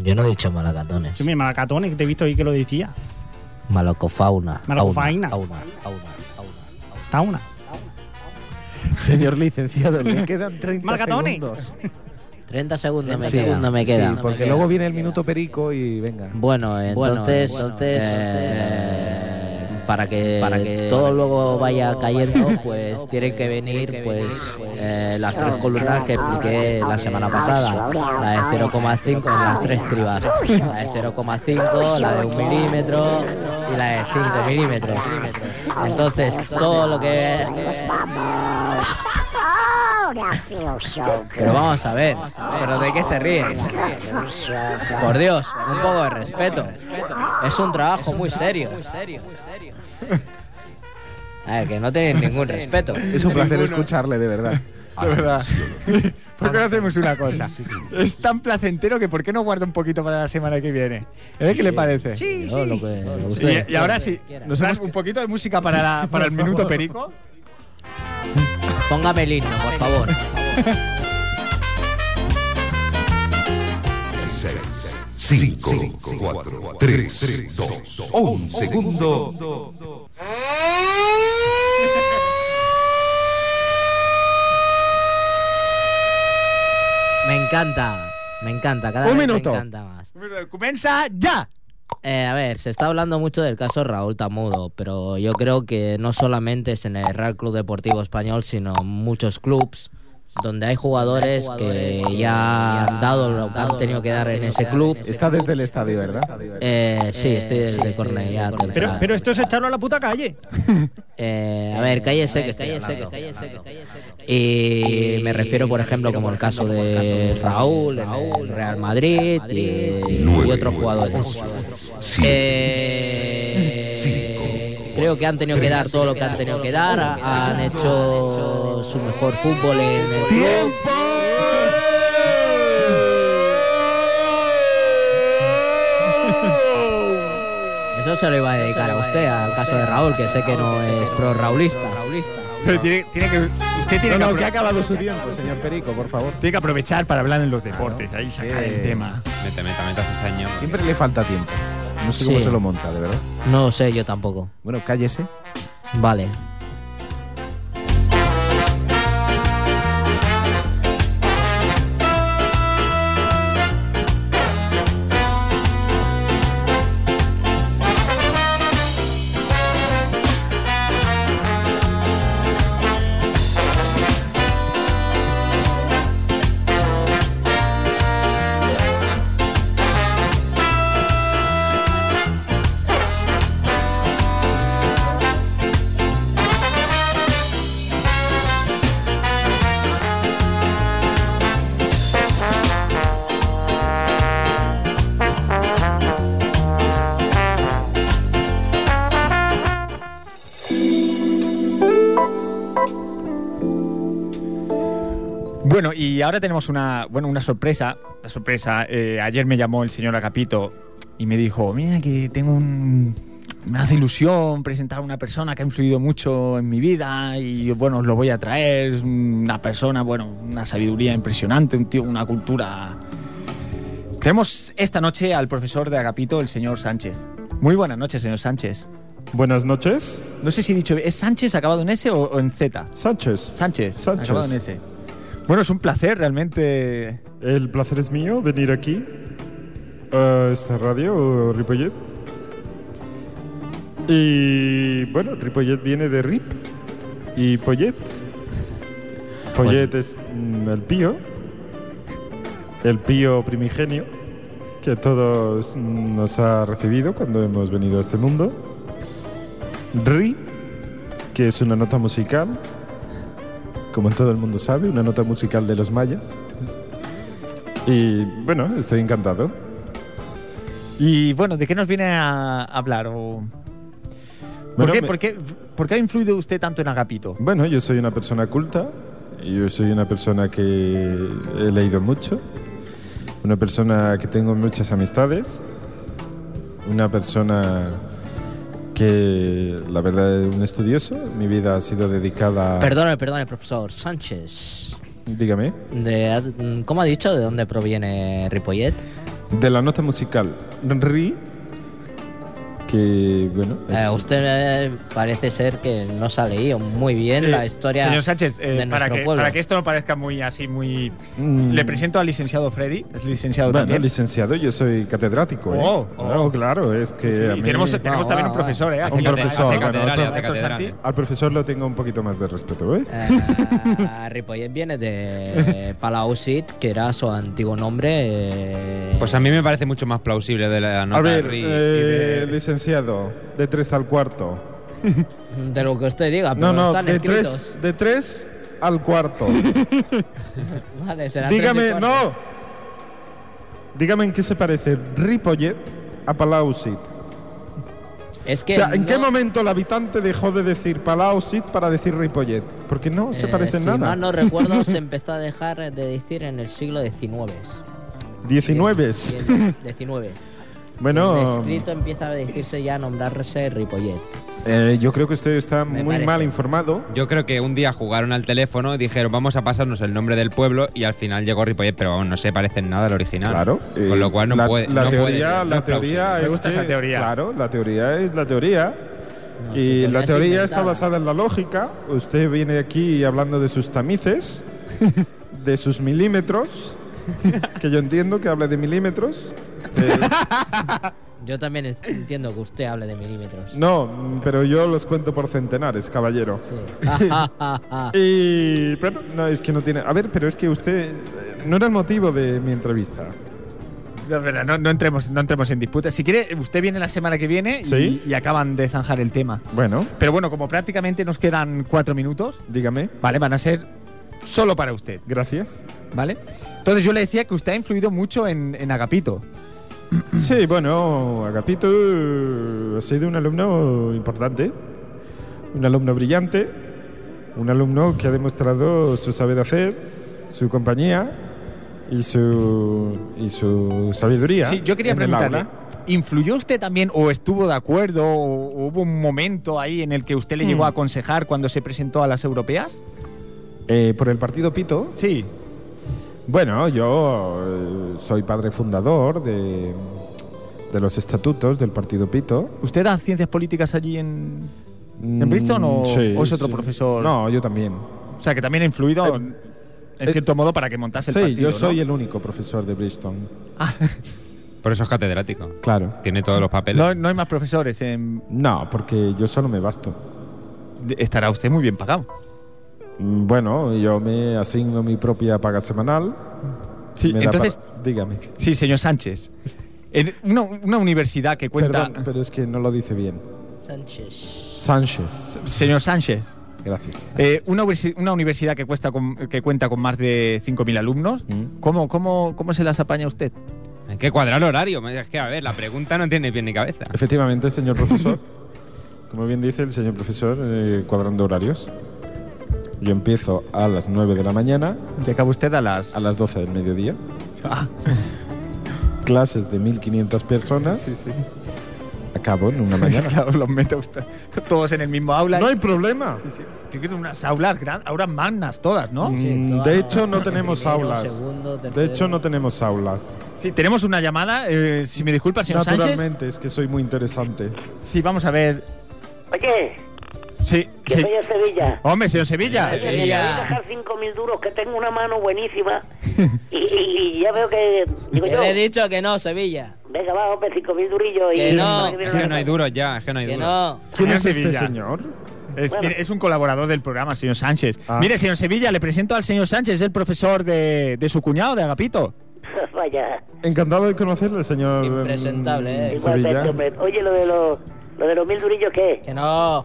S3: Yo no he dicho malacatones.
S8: Yo me malacatones, que te he visto ahí que lo decía.
S3: Malacofauna.
S8: Malacofauna.
S3: Auna, auna, auna, auna.
S8: Está una.
S4: Señor licenciado, le quedan 30
S8: Marcatone.
S4: segundos.
S6: 30 segundos me
S4: Sí,
S6: quedan. me
S4: sí,
S6: quedan.
S4: porque luego viene el minuto perico y venga.
S6: Bueno, entonces,
S3: entonces,
S6: eh, para que
S3: para que
S6: todo luego vaya cayendo, pues tienen que venir pues eh, las tres columnas que expliqué la semana pasada, la de 0,5 en las tres cribas, la de 0,5, la de un milímetro
S3: y la de 5 milímetros. Entonces, todo lo que. eh. Oh, Pero vamos a ver, ¿pero de qué se ríen? Por Dios, un poco de respeto. Es un trabajo muy serio. A ver, que no tenéis ningún respeto.
S7: Es un placer escucharle, de verdad.
S1: De verdad. ¿Por qué no hacemos una cosa? Es tan placentero que ¿por qué no guarda un poquito para la semana que viene? ¿Eh? ¿Qué le parece?
S3: Yo lo que- lo que ustedes
S1: Y, y ahora sí,
S3: quieran.
S1: nos un poquito de música para, la- para el minuto perico.
S3: Póngame el himno, por favor.
S11: Cinco, cuatro, tres, dos, un segundo.
S3: Me encanta, me encanta, cada
S1: Un
S3: vez
S1: minuto.
S3: me encanta más.
S1: ¡Comienza ya!
S3: Eh, a ver, se está hablando mucho del caso Raúl Tamudo, pero yo creo que no solamente es en el Real Club Deportivo Español, sino en muchos clubs donde hay jugadores, que ya han dado lo que han tenido que dar en ese club.
S7: Está desde el estadio, ¿verdad?
S3: Eh, sí, estoy desde Cornellá.
S8: Pero,
S3: Torrejada.
S8: pero esto es echarlo a la puta calle.
S3: Eh, a ver, cállese que estoy hablando. Y me refiero, por ejemplo, como el caso de Raúl, el Real Madrid y, y otros jugadores. Eh, creo que han tenido que dar todo lo que han tenido que dar, han hecho su mejor fútbol en el club. Eso se lo iba a dedicar a usted, al caso de Raúl, que sé que no es pro-raulista.
S1: Pero tiene, tiene que. Usted tiene,
S7: No,
S1: que
S7: no,
S1: apro-
S7: que ha acabado su tiempo, señor Perico, por favor.
S1: tiene que aprovechar para hablar en los deportes. Ahí sacar
S7: sí.
S1: el tema.
S5: Mete, meta, meta, cezaña.
S7: Siempre le falta tiempo. No sé cómo
S3: Sí.
S7: se lo monta, de verdad.
S3: No sé, yo tampoco.
S7: Bueno, cállese.
S3: Vale.
S1: Bueno, y ahora tenemos una, bueno, una sorpresa. Una sorpresa. Eh, ayer me llamó el señor Acapito y me dijo, mira que tengo un... Me hace ilusión presentar a una persona que ha influido mucho en mi vida y bueno, os lo voy a traer. Es una persona, bueno, una sabiduría impresionante, un tío, una cultura... Tenemos esta noche al profesor de Agapito, el señor Sánchez. Muy buenas noches, señor Sánchez.
S2: Buenas noches,
S1: No sé si he dicho, ¿es Sánchez acabado en S o, o en Z?
S2: Sánchez.
S1: Sánchez,
S2: Sánchez.
S1: acabado en S. Bueno, es un placer realmente
S2: El placer es mío venir aquí a esta radio, Ripollet. Y bueno, Ripollet viene de Rip y Pollet.
S7: Pues
S2: Pollet es mm, el pío, el pío primigenio que a todos mm, nos ha recibido cuando hemos venido a este mundo. Ri, que es una nota musical, como todo el mundo sabe, una nota musical de los mayas. Y bueno, estoy encantado.
S1: Y bueno, ¿de qué nos viene a hablar? O- ¿Por,
S2: Bueno,
S1: qué,
S2: me-
S1: por qué- por qué ha influido usted tanto en Agapito?
S2: Bueno, yo soy una persona culta, yo soy una persona que he leído mucho, una persona que tengo muchas amistades, una persona que la verdad es un estudioso, mi vida ha sido dedicada...
S3: Perdone, perdone, profesor Sánchez.
S2: Dígame.
S3: De, ¿Cómo ha dicho? ¿De dónde proviene Ripollet?
S2: De la nota musical Ri, que bueno... es-
S3: Eh, usted eh, parece ser que no se ha leído muy bien la
S1: Eh,
S3: historia
S1: Señor Sánchez, eh,
S3: de
S1: para,
S3: nuestro
S1: que,
S3: pueblo.
S1: para que esto no parezca muy así, muy.
S2: Mm.
S1: Le presento al licenciado Freddy, es licenciado
S2: Bueno,
S1: también.
S2: licenciado, yo soy catedrático. ¿eh?
S1: Oh, oh.
S2: Claro, claro, es que.
S1: Sí,
S2: a
S1: y
S2: mí-
S1: tenemos, tenemos
S3: va,
S1: también
S3: va,
S1: un
S3: va.
S1: profesor, ¿eh?
S2: Un
S1: Hace cate-
S2: profesor,
S1: hace
S2: bueno,
S1: catedral, ¿eh?
S2: otro-
S1: hace
S5: otro
S1: Santi.
S5: Santi.
S2: Al profesor lo tengo un poquito más de respeto, ¿eh?
S3: Eh, Ripollet viene de Palausit, que era su antiguo nombre. eh,
S5: Pues a mí me parece mucho más plausible de la nota
S2: a ver,
S5: Ri y
S2: eh,
S5: de-
S2: deseado, de tres al cuarto.
S3: De lo que usted diga, pero
S2: No, no,
S3: están
S2: de
S3: escritos.
S2: tres, de tres al cuarto.
S3: Vale, será tres y
S2: Dígame,
S3: cuarto.
S2: no. Dígame en qué se parece Ripollet a Palausit.
S3: Es
S2: O
S3: que.
S2: sea, ¿en qué
S3: no-
S2: momento el habitante dejó de decir Palausit para decir Ripollet? Porque no se
S3: eh,
S2: parece en
S3: si
S2: nada.
S3: mal no recuerdo, se empezó a dejar de decir en el siglo XIX.
S2: 19.
S3: Y el XIX.
S2: Bueno,
S3: El escrito empieza a decirse ya, a nombrarse Ripollet.
S2: eh, yo creo que usted está muy
S3: parece.
S2: mal informado.
S5: Yo creo que un día jugaron al teléfono y dijeron vamos a pasarnos el nombre del pueblo y al final llegó Ripollet, pero vamos, no se parece en nada al original.
S2: Claro.
S5: Con lo cual no
S2: la,
S5: puede.
S2: la
S5: no puede
S2: teoría,
S5: ser, no
S2: la
S5: es plausible. Pues
S2: teoría
S1: Me
S2: es
S1: gusta esa
S2: que-
S1: teoría.
S2: Claro, la teoría es la teoría.
S3: No, su
S2: y la
S3: es
S2: teoría está
S3: inventada.
S2: basada en la lógica. Usted viene aquí hablando de sus tamices, de sus milímetros, que yo entiendo que habla de milímetros.
S3: Yo también es- entiendo que usted hable de milímetros.
S2: No, pero yo los cuento por centenares, caballero.
S3: Sí. Ja, ja, ja, ja.
S2: Y pero no es que no tiene. A ver, pero es que usted eh, no era el motivo de mi entrevista.
S1: No, es verdad, no, no entremos, no entremos en disputa. Si quiere, usted viene la semana que viene y-
S2: Sí.
S1: y acaban de zanjar el tema.
S2: Bueno,
S1: Pero bueno, como prácticamente nos quedan cuatro minutos,
S2: dígame.
S1: ¿vale? Van a ser solo para usted,
S2: Gracias.
S1: ¿vale? Entonces yo le decía que usted ha influido mucho en, en Agapito.
S2: Sí, bueno, Agapito eh, ha sido un alumno importante, un alumno brillante, un alumno que ha demostrado su saber hacer, su compañía y su, y su sabiduría.
S1: Sí, yo quería
S2: en el aula.
S1: preguntarle, ¿influyó usted también o estuvo de acuerdo o, o hubo un momento ahí en el que usted le
S2: Hmm.
S1: llegó a aconsejar cuando se presentó a las europeas?
S2: Eh, por el partido Pito.
S1: Sí.
S2: Bueno, yo eh, soy padre fundador de, de los estatutos del partido Pito.
S1: ¿Usted da ciencias políticas allí en...?
S2: ¿En
S1: Princeton o- o es otro profesor?
S2: Hmm, No, yo también.
S1: O sea, que también ha influido,
S2: Eh,
S1: en,
S2: eh,
S1: cierto modo, para que montase
S2: Sí,
S1: el partido,
S2: yo soy
S1: ¿no? Ah.
S2: el único profesor de Bristol.
S5: Por eso es catedrático.
S2: Claro.
S5: Tiene todos los papeles.
S1: No, no hay más profesores. en-
S2: No, porque yo solo me basto.
S1: de- Estará usted muy bien pagado.
S2: Mm, Bueno, yo me asigno mi propia paga semanal.
S1: Sí,
S2: Me da
S1: entonces,
S2: para- Dígame.
S1: sí, señor Sánchez. En una, una universidad que cuenta...
S2: Perdón, pero es que no lo dice bien.
S3: Sánchez.
S2: Sánchez.
S1: Señor Sánchez.
S2: Gracias.
S1: Eh, una, universi- una universidad que, cuesta con- que cuenta con más de 5.000 alumnos,
S2: Mm.
S1: ¿cómo, cómo, ¿cómo se las apaña usted?
S5: Hay que cuadrar horario. Es que, a ver, la pregunta no tiene pie ni cabeza.
S2: Efectivamente, señor profesor. como bien dice el señor profesor, eh, cuadrando horarios. Yo empiezo a las 9 de la mañana,
S1: Que acaba usted a las...
S2: a las 12 del mediodía.
S1: Ah,
S2: Clases de 1500 personas. Acabo en una mañana.
S1: claro, los mete usted todos en el mismo aula.
S2: No hay problema.
S1: Sí, sí. Tiene unas aulas grandes, aulas magnas todas, ¿no?
S2: Mm,
S3: Sí, todas
S2: de
S3: las-
S2: hecho, no tenemos
S3: primero,
S2: aulas.
S3: segundo,
S2: de
S3: tercero.
S2: hecho, no tenemos aulas.
S1: Sí, tenemos una llamada. eh, si me disculpa, señor Sánchez.
S2: Naturalmente, es que soy muy interesante.
S1: Sí, vamos a ver.
S6: Oye,
S1: Sí,
S6: que
S1: sí.
S6: soy a Sevilla.
S1: Hombre, señor Sevilla.
S6: Oye,
S1: eh,
S6: Pues, que te voy a dejar cinco mil duros, que tengo una mano buenísima. Y, y- y ya veo que. Digo
S3: Que
S6: yo,
S3: le he dicho que no, Sevilla.
S6: venga, va, hombre, cinco mil durillos.
S3: Que
S6: y
S3: no,
S5: Es que no hay duros ya, es que no hay
S3: Que
S5: duros.
S3: no.
S2: ¿Quién
S1: Señor
S2: es este
S1: Sevilla.
S2: señor?
S1: Es,
S6: Bueno.
S1: mire, es un colaborador del programa, señor Sánchez.
S2: Ah.
S1: Mire, señor Sevilla, le presento al señor Sánchez, el profesor de, de su cuñado, de Agapito.
S6: Vaya.
S2: Encantado de conocerle, señor. mm,
S3: Impresentable, eh.
S2: Sevilla.
S6: Igualmente, hombre. Oye, lo de los. Lo de los mil durillos, ¿qué?
S3: Que no.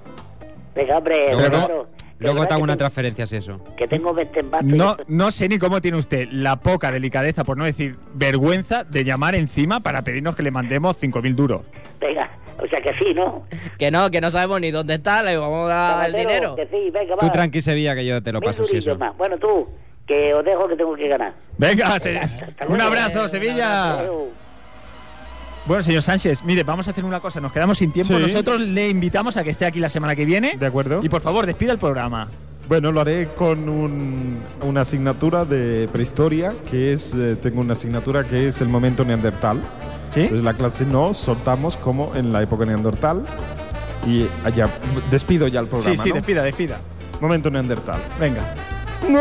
S6: Venga, hombre,
S5: Luego,
S6: claro. Que
S5: luego
S6: verdad
S5: te hago
S6: que
S5: una
S6: tengo-
S5: transferencia si eso.
S6: Que tengo 20 en basto y
S1: No,
S6: esto-
S1: no sé ni cómo tiene usted la poca delicadeza, por no decir vergüenza, de llamar encima para pedirnos que le mandemos 5.000 duros.
S6: Venga, o sea que sí, ¿no?
S3: Que no, que no sabemos ni dónde está, le vamos a dar Ah, el
S6: Zapatero,
S3: dinero.
S6: Que sí, venga, va.
S5: Tú tranqui Sevilla que yo te lo
S6: Mil
S5: paso si
S6: durillos
S5: eso.
S6: más. Bueno, tú, que os dejo que tengo que ganar.
S1: Venga, se- un
S6: luego,
S1: abrazo,
S3: eh,
S1: Sevilla.
S6: Adeu.
S1: Bueno, señor Sánchez, mire, vamos a hacer una cosa. Nos quedamos sin tiempo.
S2: Sí.
S1: Nosotros le invitamos a que esté aquí la semana que viene.
S2: ¿De acuerdo?
S1: Y por favor, despida el programa.
S2: Bueno, lo haré con un- una asignatura de prehistoria, que es. eh, tengo una asignatura que es el momento neandertal.
S1: ¿Sí?
S2: Entonces, la clase nos soltamos como en la época neandertal. Y allá. Despido ya el programa.
S1: sí, sí,
S2: ¿no?
S1: despida, despida.
S2: Momento neandertal.
S1: Venga.
S2: ¡No!